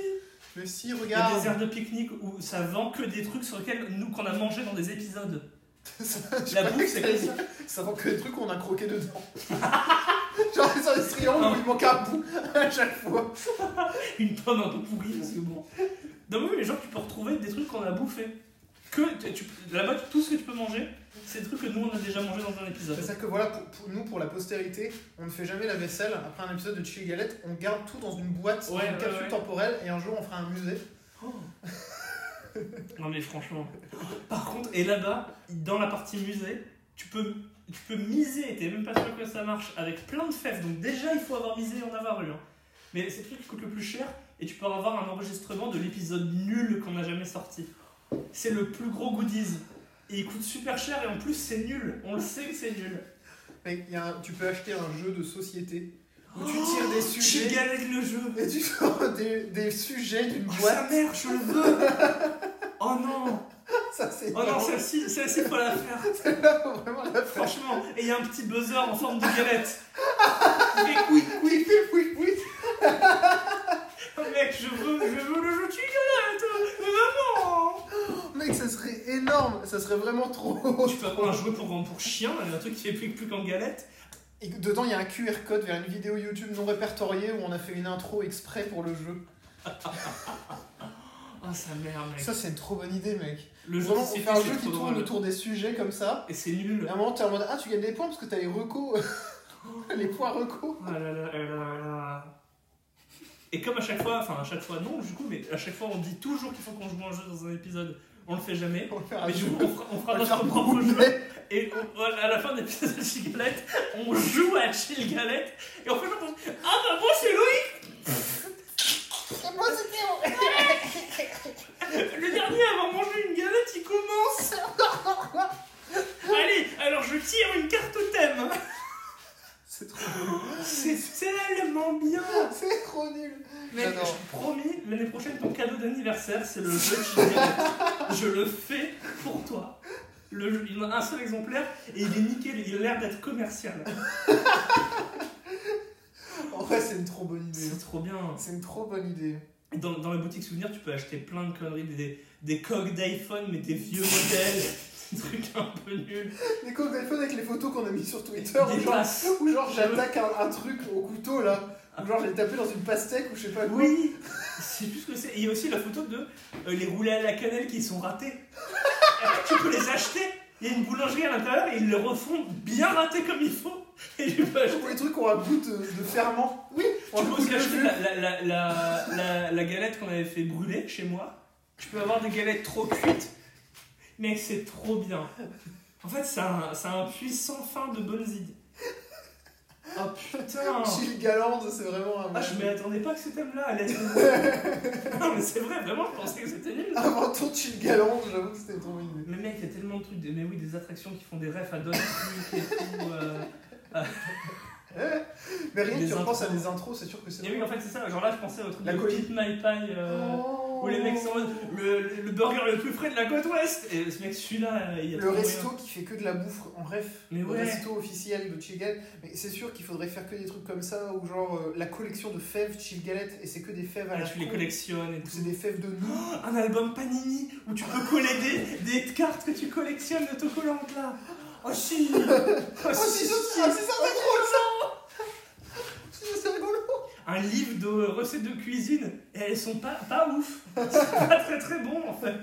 C: Mais si,
B: Il y a des
C: regarde.
B: aires de pique-nique où ça vend que des trucs sur lesquels nous qu'on a mangé dans des épisodes.
C: Ça- je
B: La
C: croyais
B: bouffe,
C: que
B: c'est
C: c'était
B: comme
C: ça. Ça vend que des trucs où on a croqué dedans. Genre sur les triangles où il manque un bout à chaque fois.
B: Une pomme un peu pourrie parce que bon. Non mais oui, mais genre tu peux retrouver des trucs qu'on a bouffés. Que tu- tu- là-bas tout ce que tu peux manger, c'est des trucs que nous on a déjà mangé dans un épisode.
C: C'est ça que voilà, pour, pour nous, pour la postérité, on ne fait jamais la vaisselle après un épisode de Chili Galette. On garde tout dans une boîte, dans
B: Ouais,
C: une
B: ouais,
C: capsule
B: ouais.
C: temporelle, et un jour on fera un musée.
B: Oh. non mais franchement. Par contre, et là-bas, dans la partie musée, tu peux, tu peux miser, et t'es même pas sûr que ça marche, avec plein de fèves. Donc déjà, il faut avoir misé et en avoir eu. hein. Mais c'est le truc qui coûte le plus cher, et tu peux avoir un enregistrement de l'épisode nul qu'on n'a jamais sorti. C'est le plus gros goodies. Et il coûte super cher, et en plus, c'est nul. On le sait que c'est nul.
C: Mec, il y a un- tu peux acheter un jeu de société où
B: Oh,
C: tu tires des sujets.
B: Tu avec le jeu.
C: Et tu sors des, des sujets d'une
B: Oh,
C: boîte.
B: sa mère, je le veux. oh non.
C: Ça, c'est
B: Oh non, celle-ci, celle-ci, faut la faire.
C: Là, faut vraiment la faire.
B: Franchement, et il y a un petit buzzer en forme de galette. Mais oui, Oh,
C: Oui, oui, oui, oui.
B: mec, je veux, je veux le jeu de galette, maman.
C: Mec, ça serait énorme. Ça serait vraiment trop.
B: Tu peux prendre un jouet pour pour chien, un truc qui fait plus, plus qu'en galette.
C: Et dedans, il y a un QR code vers une vidéo YouTube non répertoriée où on a fait une intro exprès pour le jeu.
B: Oh sa mère, mec.
C: Ça, c'est une trop bonne idée, mec.
B: le jeu
C: Vraiment,
B: qui
C: on fait un
B: c'est
C: jeu qui
B: trop
C: tourne
B: drôle.
C: autour des sujets comme ça.
B: Et c'est
C: Et
B: nul.
C: à un moment, t'es en mode Ah, tu gagnes des points parce que t'as les recos. les points recos.
B: Ah là là, là là là. Et comme à chaque fois, enfin à chaque fois non du coup, mais à chaque fois on dit toujours qu'il faut qu'on joue un jeu dans un épisode, on le fait jamais.
C: On va faire un
B: Ah, Mais du
C: jeu.
B: coup on fera, on fera
C: On va
B: notre
C: faire
B: propre jeu.
C: Mais-
B: Et on- à la fin de l'épisode de Chill Galette, on joue à Chill Galette. Et on fait genre, ah bah moi c'est Loïc
A: C'est moi, c'était
B: Le dernier à avoir mangé une galette, il commence Allez, alors je tire une carte thème
C: C'est trop nul.
B: C'est tellement bien
C: C'est trop nul.
B: Mec,
C: J'adore.
B: je promis, l'année prochaine, ton cadeau d'anniversaire, c'est le jeu de Chill Galette. Je le fais pour toi. Le jeu, il y en a un seul exemplaire et il est nickel, il a l'air d'être commercial.
C: En vrai, c'est une trop bonne idée.
B: C'est trop bien.
C: C'est une trop bonne idée.
B: Dans, dans la boutique souvenir, tu peux acheter plein de conneries, des, des coques d'iPhone, mais des vieux modèles, des trucs un peu nuls.
C: Les codes d'iPhone avec les photos qu'on a mis sur Twitter.
B: Des
C: Ou genre,
B: tasses.
C: où genre j'attaque un, un truc au couteau là. Ou genre j'ai tapé dans une pastèque ou je sais pas quoi.
B: Oui, c'est plus ce que c'est. Et il y a aussi la photo de euh, les roulés à la cannelle qui sont ratés. tu peux les acheter. Il y a une boulangerie à l'intérieur et ils le refont bien raté comme il faut. Et tu peux acheter.
C: Ou les trucs ont un goût de, de ferment. Oui,
B: Tu
C: on a un
B: peux
C: goût
B: aussi
C: de
B: acheter
C: jus.
B: la, la, la, la, la- la galette qu'on avait fait brûler chez moi. Tu peux avoir des galettes trop cuites. Mec, c'est trop bien. En fait, c'est un, c'est un puits sans fin de bonnes idées. Oh putain
C: Chili Galande, c'est vraiment un
B: Ah, je m'y
C: mec.
B: attendais pas que ce thème-là allait être nul. Non, mais c'est vrai, vraiment, je pensais que c'était nul.
C: Inventons Chili Galande, j'avoue que c'était trop une idée.
B: Mais mec, il y a tellement de trucs, de- mais oui, des attractions qui font des refs à d'autres trucs et tout. euh.
C: Eh, Mais rien
B: Des
C: que tu repenses à
B: intros.
C: des intros, c'est sûr que c'est.
B: Et oui, en fait, c'est ça. Genre là, je pensais au truc
C: La
B: de
C: colline.
B: Keep My Pie. euh,
C: Oh.
B: Où les mecs sont en mode, le, le- le burger le plus frais de la côte ouest Et ce mec celui-là euh, il y a
C: Le
B: trop moyen.
C: resto qui fait que de la bouffe en ref,
B: Mais
C: le
B: ouais.
C: resto officiel de Chill Galette. mais c'est sûr qu'il faudrait faire que des trucs comme ça, ou genre euh, la collection de fèves Chill Galette, et c'est que des fèves à
B: Voilà,
C: la
B: Ah, tu les
C: con.
B: collectionnes Oh, et
C: Ou
B: tout.
C: c'est des fèves de nous.
B: Un album Panini où tu peux coller des, des cartes que tu collectionnes autocollantes là Oh si Oh,
C: Oh,
B: si,
C: c'est ça,
B: si.
C: c'est ça, c'est drôle ça C'est rigolo
B: Un livre de recettes de cuisine et elles sont pas, pas ouf C'est pas très très bon en fait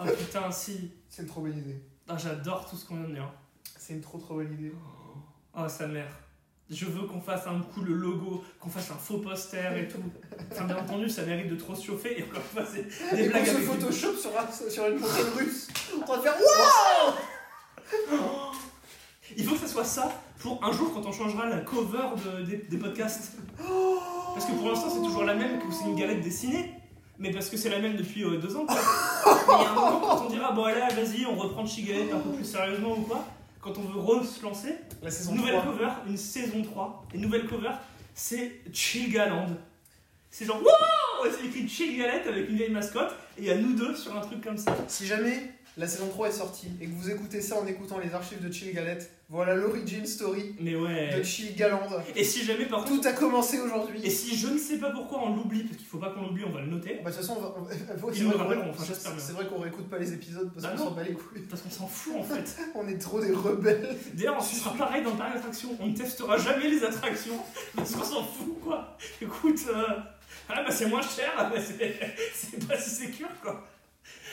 B: Oh putain si
C: C'est une trop bonne idée.
B: Ah, J'adore tout ce qu'on vient de dire
C: C'est une trop trop bonne idée.
B: Oh sa mère. Je veux qu'on fasse un coup le logo, qu'on fasse un faux poster et tout. Enfin, bien entendu, ça mérite de trop se chauffer et encore une fois, c'est des
C: Et qu'on
B: blagues
C: se
B: avec du-
C: photoshop sur, un- sur une photo russe, on va faire Waouh
B: Oh Il faut que ça soit ça pour un jour quand on changera la cover de- des, des podcasts. Parce que pour l'instant, c'est toujours la même, que c'est une galette dessinée. Mais parce que c'est la même depuis euh, deux ans. Quoi. Mais il y a un moment, quand on dira, bon, allez, vas-y, on reprend Chigalette un peu plus sérieusement ou quoi, quand on veut re se lancer,
C: La saison
B: nouvelle
C: 3.
B: cover, une saison 3. Et nouvelle cover, c'est Chilgaland. C'est genre, wow on s'est écrit Chez Galette avec une vieille mascotte et il y a nous deux sur un truc comme ça.
C: Si jamais la saison 3 est sortie et que vous écoutez ça en écoutant les archives de Chill Galette, voilà l'origin story
B: Mais ouais.
C: de Chill Galande.
B: Et si jamais par contre.
C: Tout a commencé aujourd'hui.
B: Et si je ne sais pas pourquoi on l'oublie, parce qu'il faut pas qu'on l'oublie, on va le noter.
C: Bah, de toute façon, on va- on va- faut-
B: Ils
C: c'est
B: nous
C: vrai qu'on-
B: rappelleront, enfin, j'espère bien.
C: c'est vrai qu'on réécoute pas les épisodes parce
B: Bah
C: qu'on
B: non.
C: s'en bat les couilles.
B: Parce qu'on s'en fout en fait.
C: On est trop des rebelles.
B: D'ailleurs, on sera pareil dans Paris Attraction. On ne testera jamais les attractions parce qu'on s'en fout, quoi. Écoute, euh, ah bah c'est moins cher, ah bah c'est c'est pas si sécure, quoi.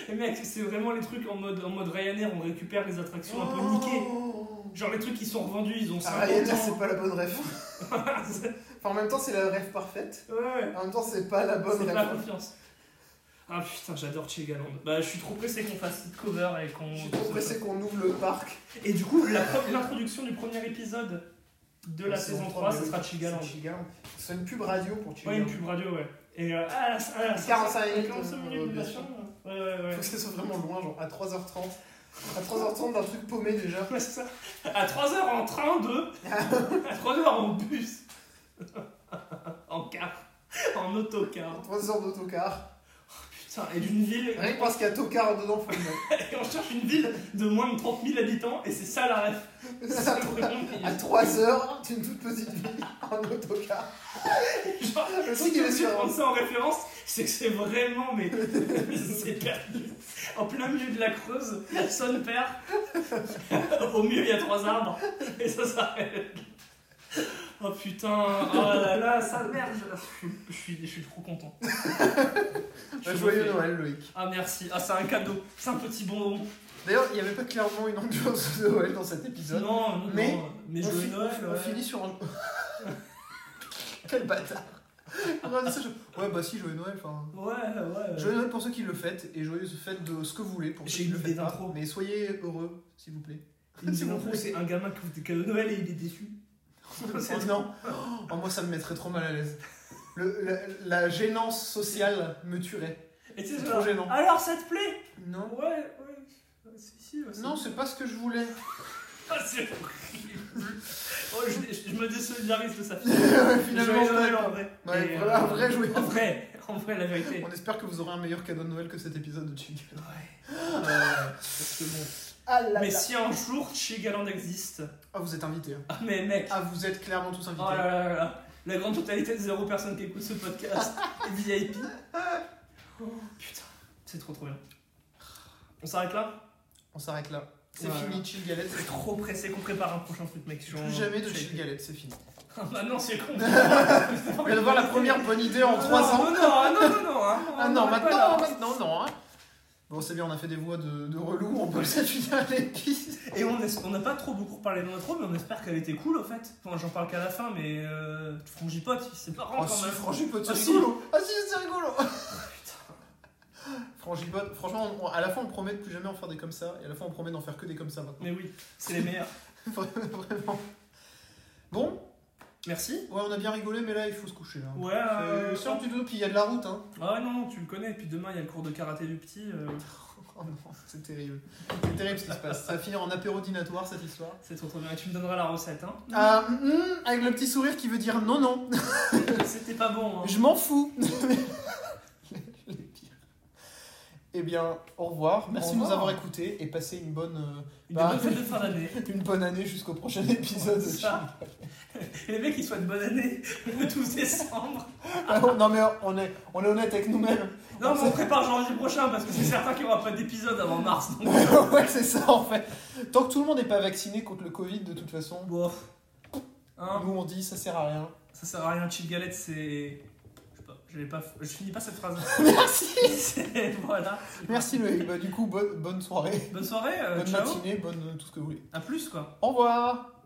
B: Et mec, c'est vraiment les trucs en mode, en mode Ryanair, on récupère les attractions un peu niquées.
C: Oh.
B: Genre les trucs qui sont revendus, ils ont 50
C: Ah, Ryanair,
B: ans.
C: c'est pas la bonne rêve. Enfin, en même temps, c'est la rêve parfaite.
B: ouais,
C: En même temps, c'est pas la bonne
B: c'est pas la
C: rêve.
B: confiance. Ah putain, j'adore Chigaland. Bah, je suis trop pressé qu'on fasse cette cover et qu'on.
C: Je suis trop pressé qu'on ouvre le parc.
B: Et du coup, la pro- l'introduction du premier épisode de la saison 3,
C: mais
B: ce
C: oui,
B: sera Chigaland.
C: c'est Chigaland. C'est une pub radio pour
B: Ouais, une
C: Chigaland.
B: pub radio, ouais. Et euh, ah, la- ah, la-
C: 45
B: la-
C: minutes,
B: 45
C: euh,
B: minutes de
C: bien
B: machin. Ouais, ouais, ouais.
C: Faut que ça soit vraiment loin, genre à 3h30. À 3h30 d'un truc paumé déjà.
B: Ouais, c'est ça. À 3h en train de. à 3h en bus. en car. En autocar.
C: 3h d'autocar.
B: Putain, et d'une ville.
C: Rien que parce qu'il y a tocar dedans, faut le mettre.
B: Et on cherche une ville de moins de 30 000 habitants, et c'est ça la ref.
C: Ça,
B: C'est vraiment
C: À 3h, c'est une toute petite ville en autocar.
B: Genre,
C: Le
B: si
C: truc, il est
B: tu
C: sur-
B: prends ça en référence, c'est que c'est vraiment, mais c'est perdu. En plein milieu de la Creuse, personne perd. Au mieux, il y a trois arbres, et ça s'arrête. Oh putain, oh là là, ça merde, je, je suis, je suis trop content. Je suis
C: Bah, Joyeux
B: refait.
C: Noël, Loïc.
B: Ah merci, ah c'est un cadeau, c'est un petit bonbon.
C: D'ailleurs, il n'y avait pas clairement une ambiance de Noël dans cet
B: Non,
C: épisode.
B: non,
C: Mais-
B: non, mais
C: on,
B: joyeux
C: fi-
B: Noël,
C: on
B: ouais.
C: finit sur un. Quel bâtard. On a dit ça, je- Ouais, bah si, joyeux Noël. Enfin,
B: Ouais, ouais.
C: joyeux Noël pour ceux qui le fêtent et joyeuse fête de ce que vous voulez pour ceux
B: J'ai
C: qui
B: une
C: le
B: idée
C: fêtent pas.
B: d'intro.
C: Mais soyez heureux, s'il vous plaît.
B: Il me dit,
C: C'est
B: mon
C: bon.
B: frère, c'est un gamin qui vous fait cadeau de Noël et il est déçu.
C: Oh non, Oh, moi ça me mettrait trop mal à l'aise. Le- la, la gênance sociale me tuerait.
B: Et tu sais,
C: C'est
B: genre,
C: trop gênant.
B: alors ça te plaît
C: Non,
B: Ouais, ouais. Ouais, Si, si, ouais,
C: non, c'est pas ce que je voulais.
B: Ah, c'est horrible. Oh, je, je- je me désolidarise de sa fille.
C: Finalement,
B: Joyeux Noël,
C: on
B: en
C: a-
B: vrai.
C: Ouais,
B: Et, euh,
C: voilà, un vrai joyeux.
B: en vrai, en vrai, la vérité.
C: On espère que vous aurez un meilleur cadeau de Noël que cet épisode de Chicken.
B: Ouais. Parce que bon. Ah, Mais si un jour Chigaland existe,
C: Ah, vous êtes invités. hein.
B: ah, mais mec,
C: Ah, vous êtes clairement tous invités.
B: oh là là là là, la grande totalité de zéro personne qui écoute ce podcast est VIP. Oh, putain, c'est trop trop bien. On s'arrête là
C: On s'arrête là. C'est
B: Voilà.
C: fini, Chill Galette.
B: Je suis trop pressé qu'on prépare un prochain truc, mec.
C: Plus jamais de Chill Galette, c'est fini.
B: Ah non, c'est con. Ah
C: On vient d'avoir la première bonne idée en 3 ans.
B: Non, non, non, non, non. hein.
C: Ah
B: On
C: non,
B: est pas là.
C: maintenant, maintenant, non. hein. Bon, c'est bien, on a fait des voix de, de relou, on peut s'afficher l'épice.
B: Et on es- on n'a pas trop beaucoup parlé de notre mais on espère qu'elle était cool, au fait. Enfin, j'en parle qu'à la fin, mais euh, Frangipote, c'est marrant
C: Oh,
B: quand
C: si,
B: même.
C: Frangipote, c'est
B: Ah, si.
C: rigolo. Ah, si, c'est rigolo. Frangipote, franchement, on- on- à la fois on promet de plus jamais en faire des comme ça, et à la fois on promet d'en faire que des comme ça maintenant.
B: hein. Mais oui, c'est les meilleurs.
C: Vraiment. Bon,
B: Merci.
C: ouais, on a bien rigolé, mais là il faut se coucher. hein. Là.
B: Ouais, euh,
C: C'est un petit peu, puis il y a de la route, hein.
B: Ah non, non, tu le connais, puis demain il y a le cours de karaté du petit, euh,
C: Oh non, c'est terrible. C'est terrible ce qui se passe. Ça va finir en apérodinatoire cette histoire.
B: c'est trop trop bien. Et tu me donneras la recette, hein.
C: Ah, hum, avec le petit sourire qui veut dire non, non,
B: C'était pas bon, hein.
C: je m'en fous. Les pires. eh bien, au revoir. Merci
B: Au
C: de nous
B: revoir.
C: avoir écoutés et passez une bonne,
B: Une
C: Bah.
B: bonne fête de fin d'année.
C: euh, une bonne année jusqu'au prochain épisode.
B: C'est ça. Et les mecs, ils souhaitent bonne année le 12 décembre.
C: Ah, non mais on est, on est honnête avec nous-mêmes.
B: Non, mais on prépare janvier prochain parce que c'est certain qu'il n'y aura pas d'épisode avant mars. Donc,
C: ouais, c'est ça en fait. Tant que tout le monde n'est pas vacciné contre le Covid, de toute façon,
B: bof. Hein
C: nous on dit ça sert à rien.
B: Ça sert à rien, chill galette, c'est. Je sais pas, je l'ai pas. Je finis pas cette phrase.
C: Merci.
B: C'est- voilà.
C: Merci Loïc. Bah, du coup, bonne, bonne soirée,
B: Bonne soirée, euh,
C: bonne
B: ciao.
C: matinée, bonne tout ce que vous voulez.
B: À plus, quoi.
C: Au revoir.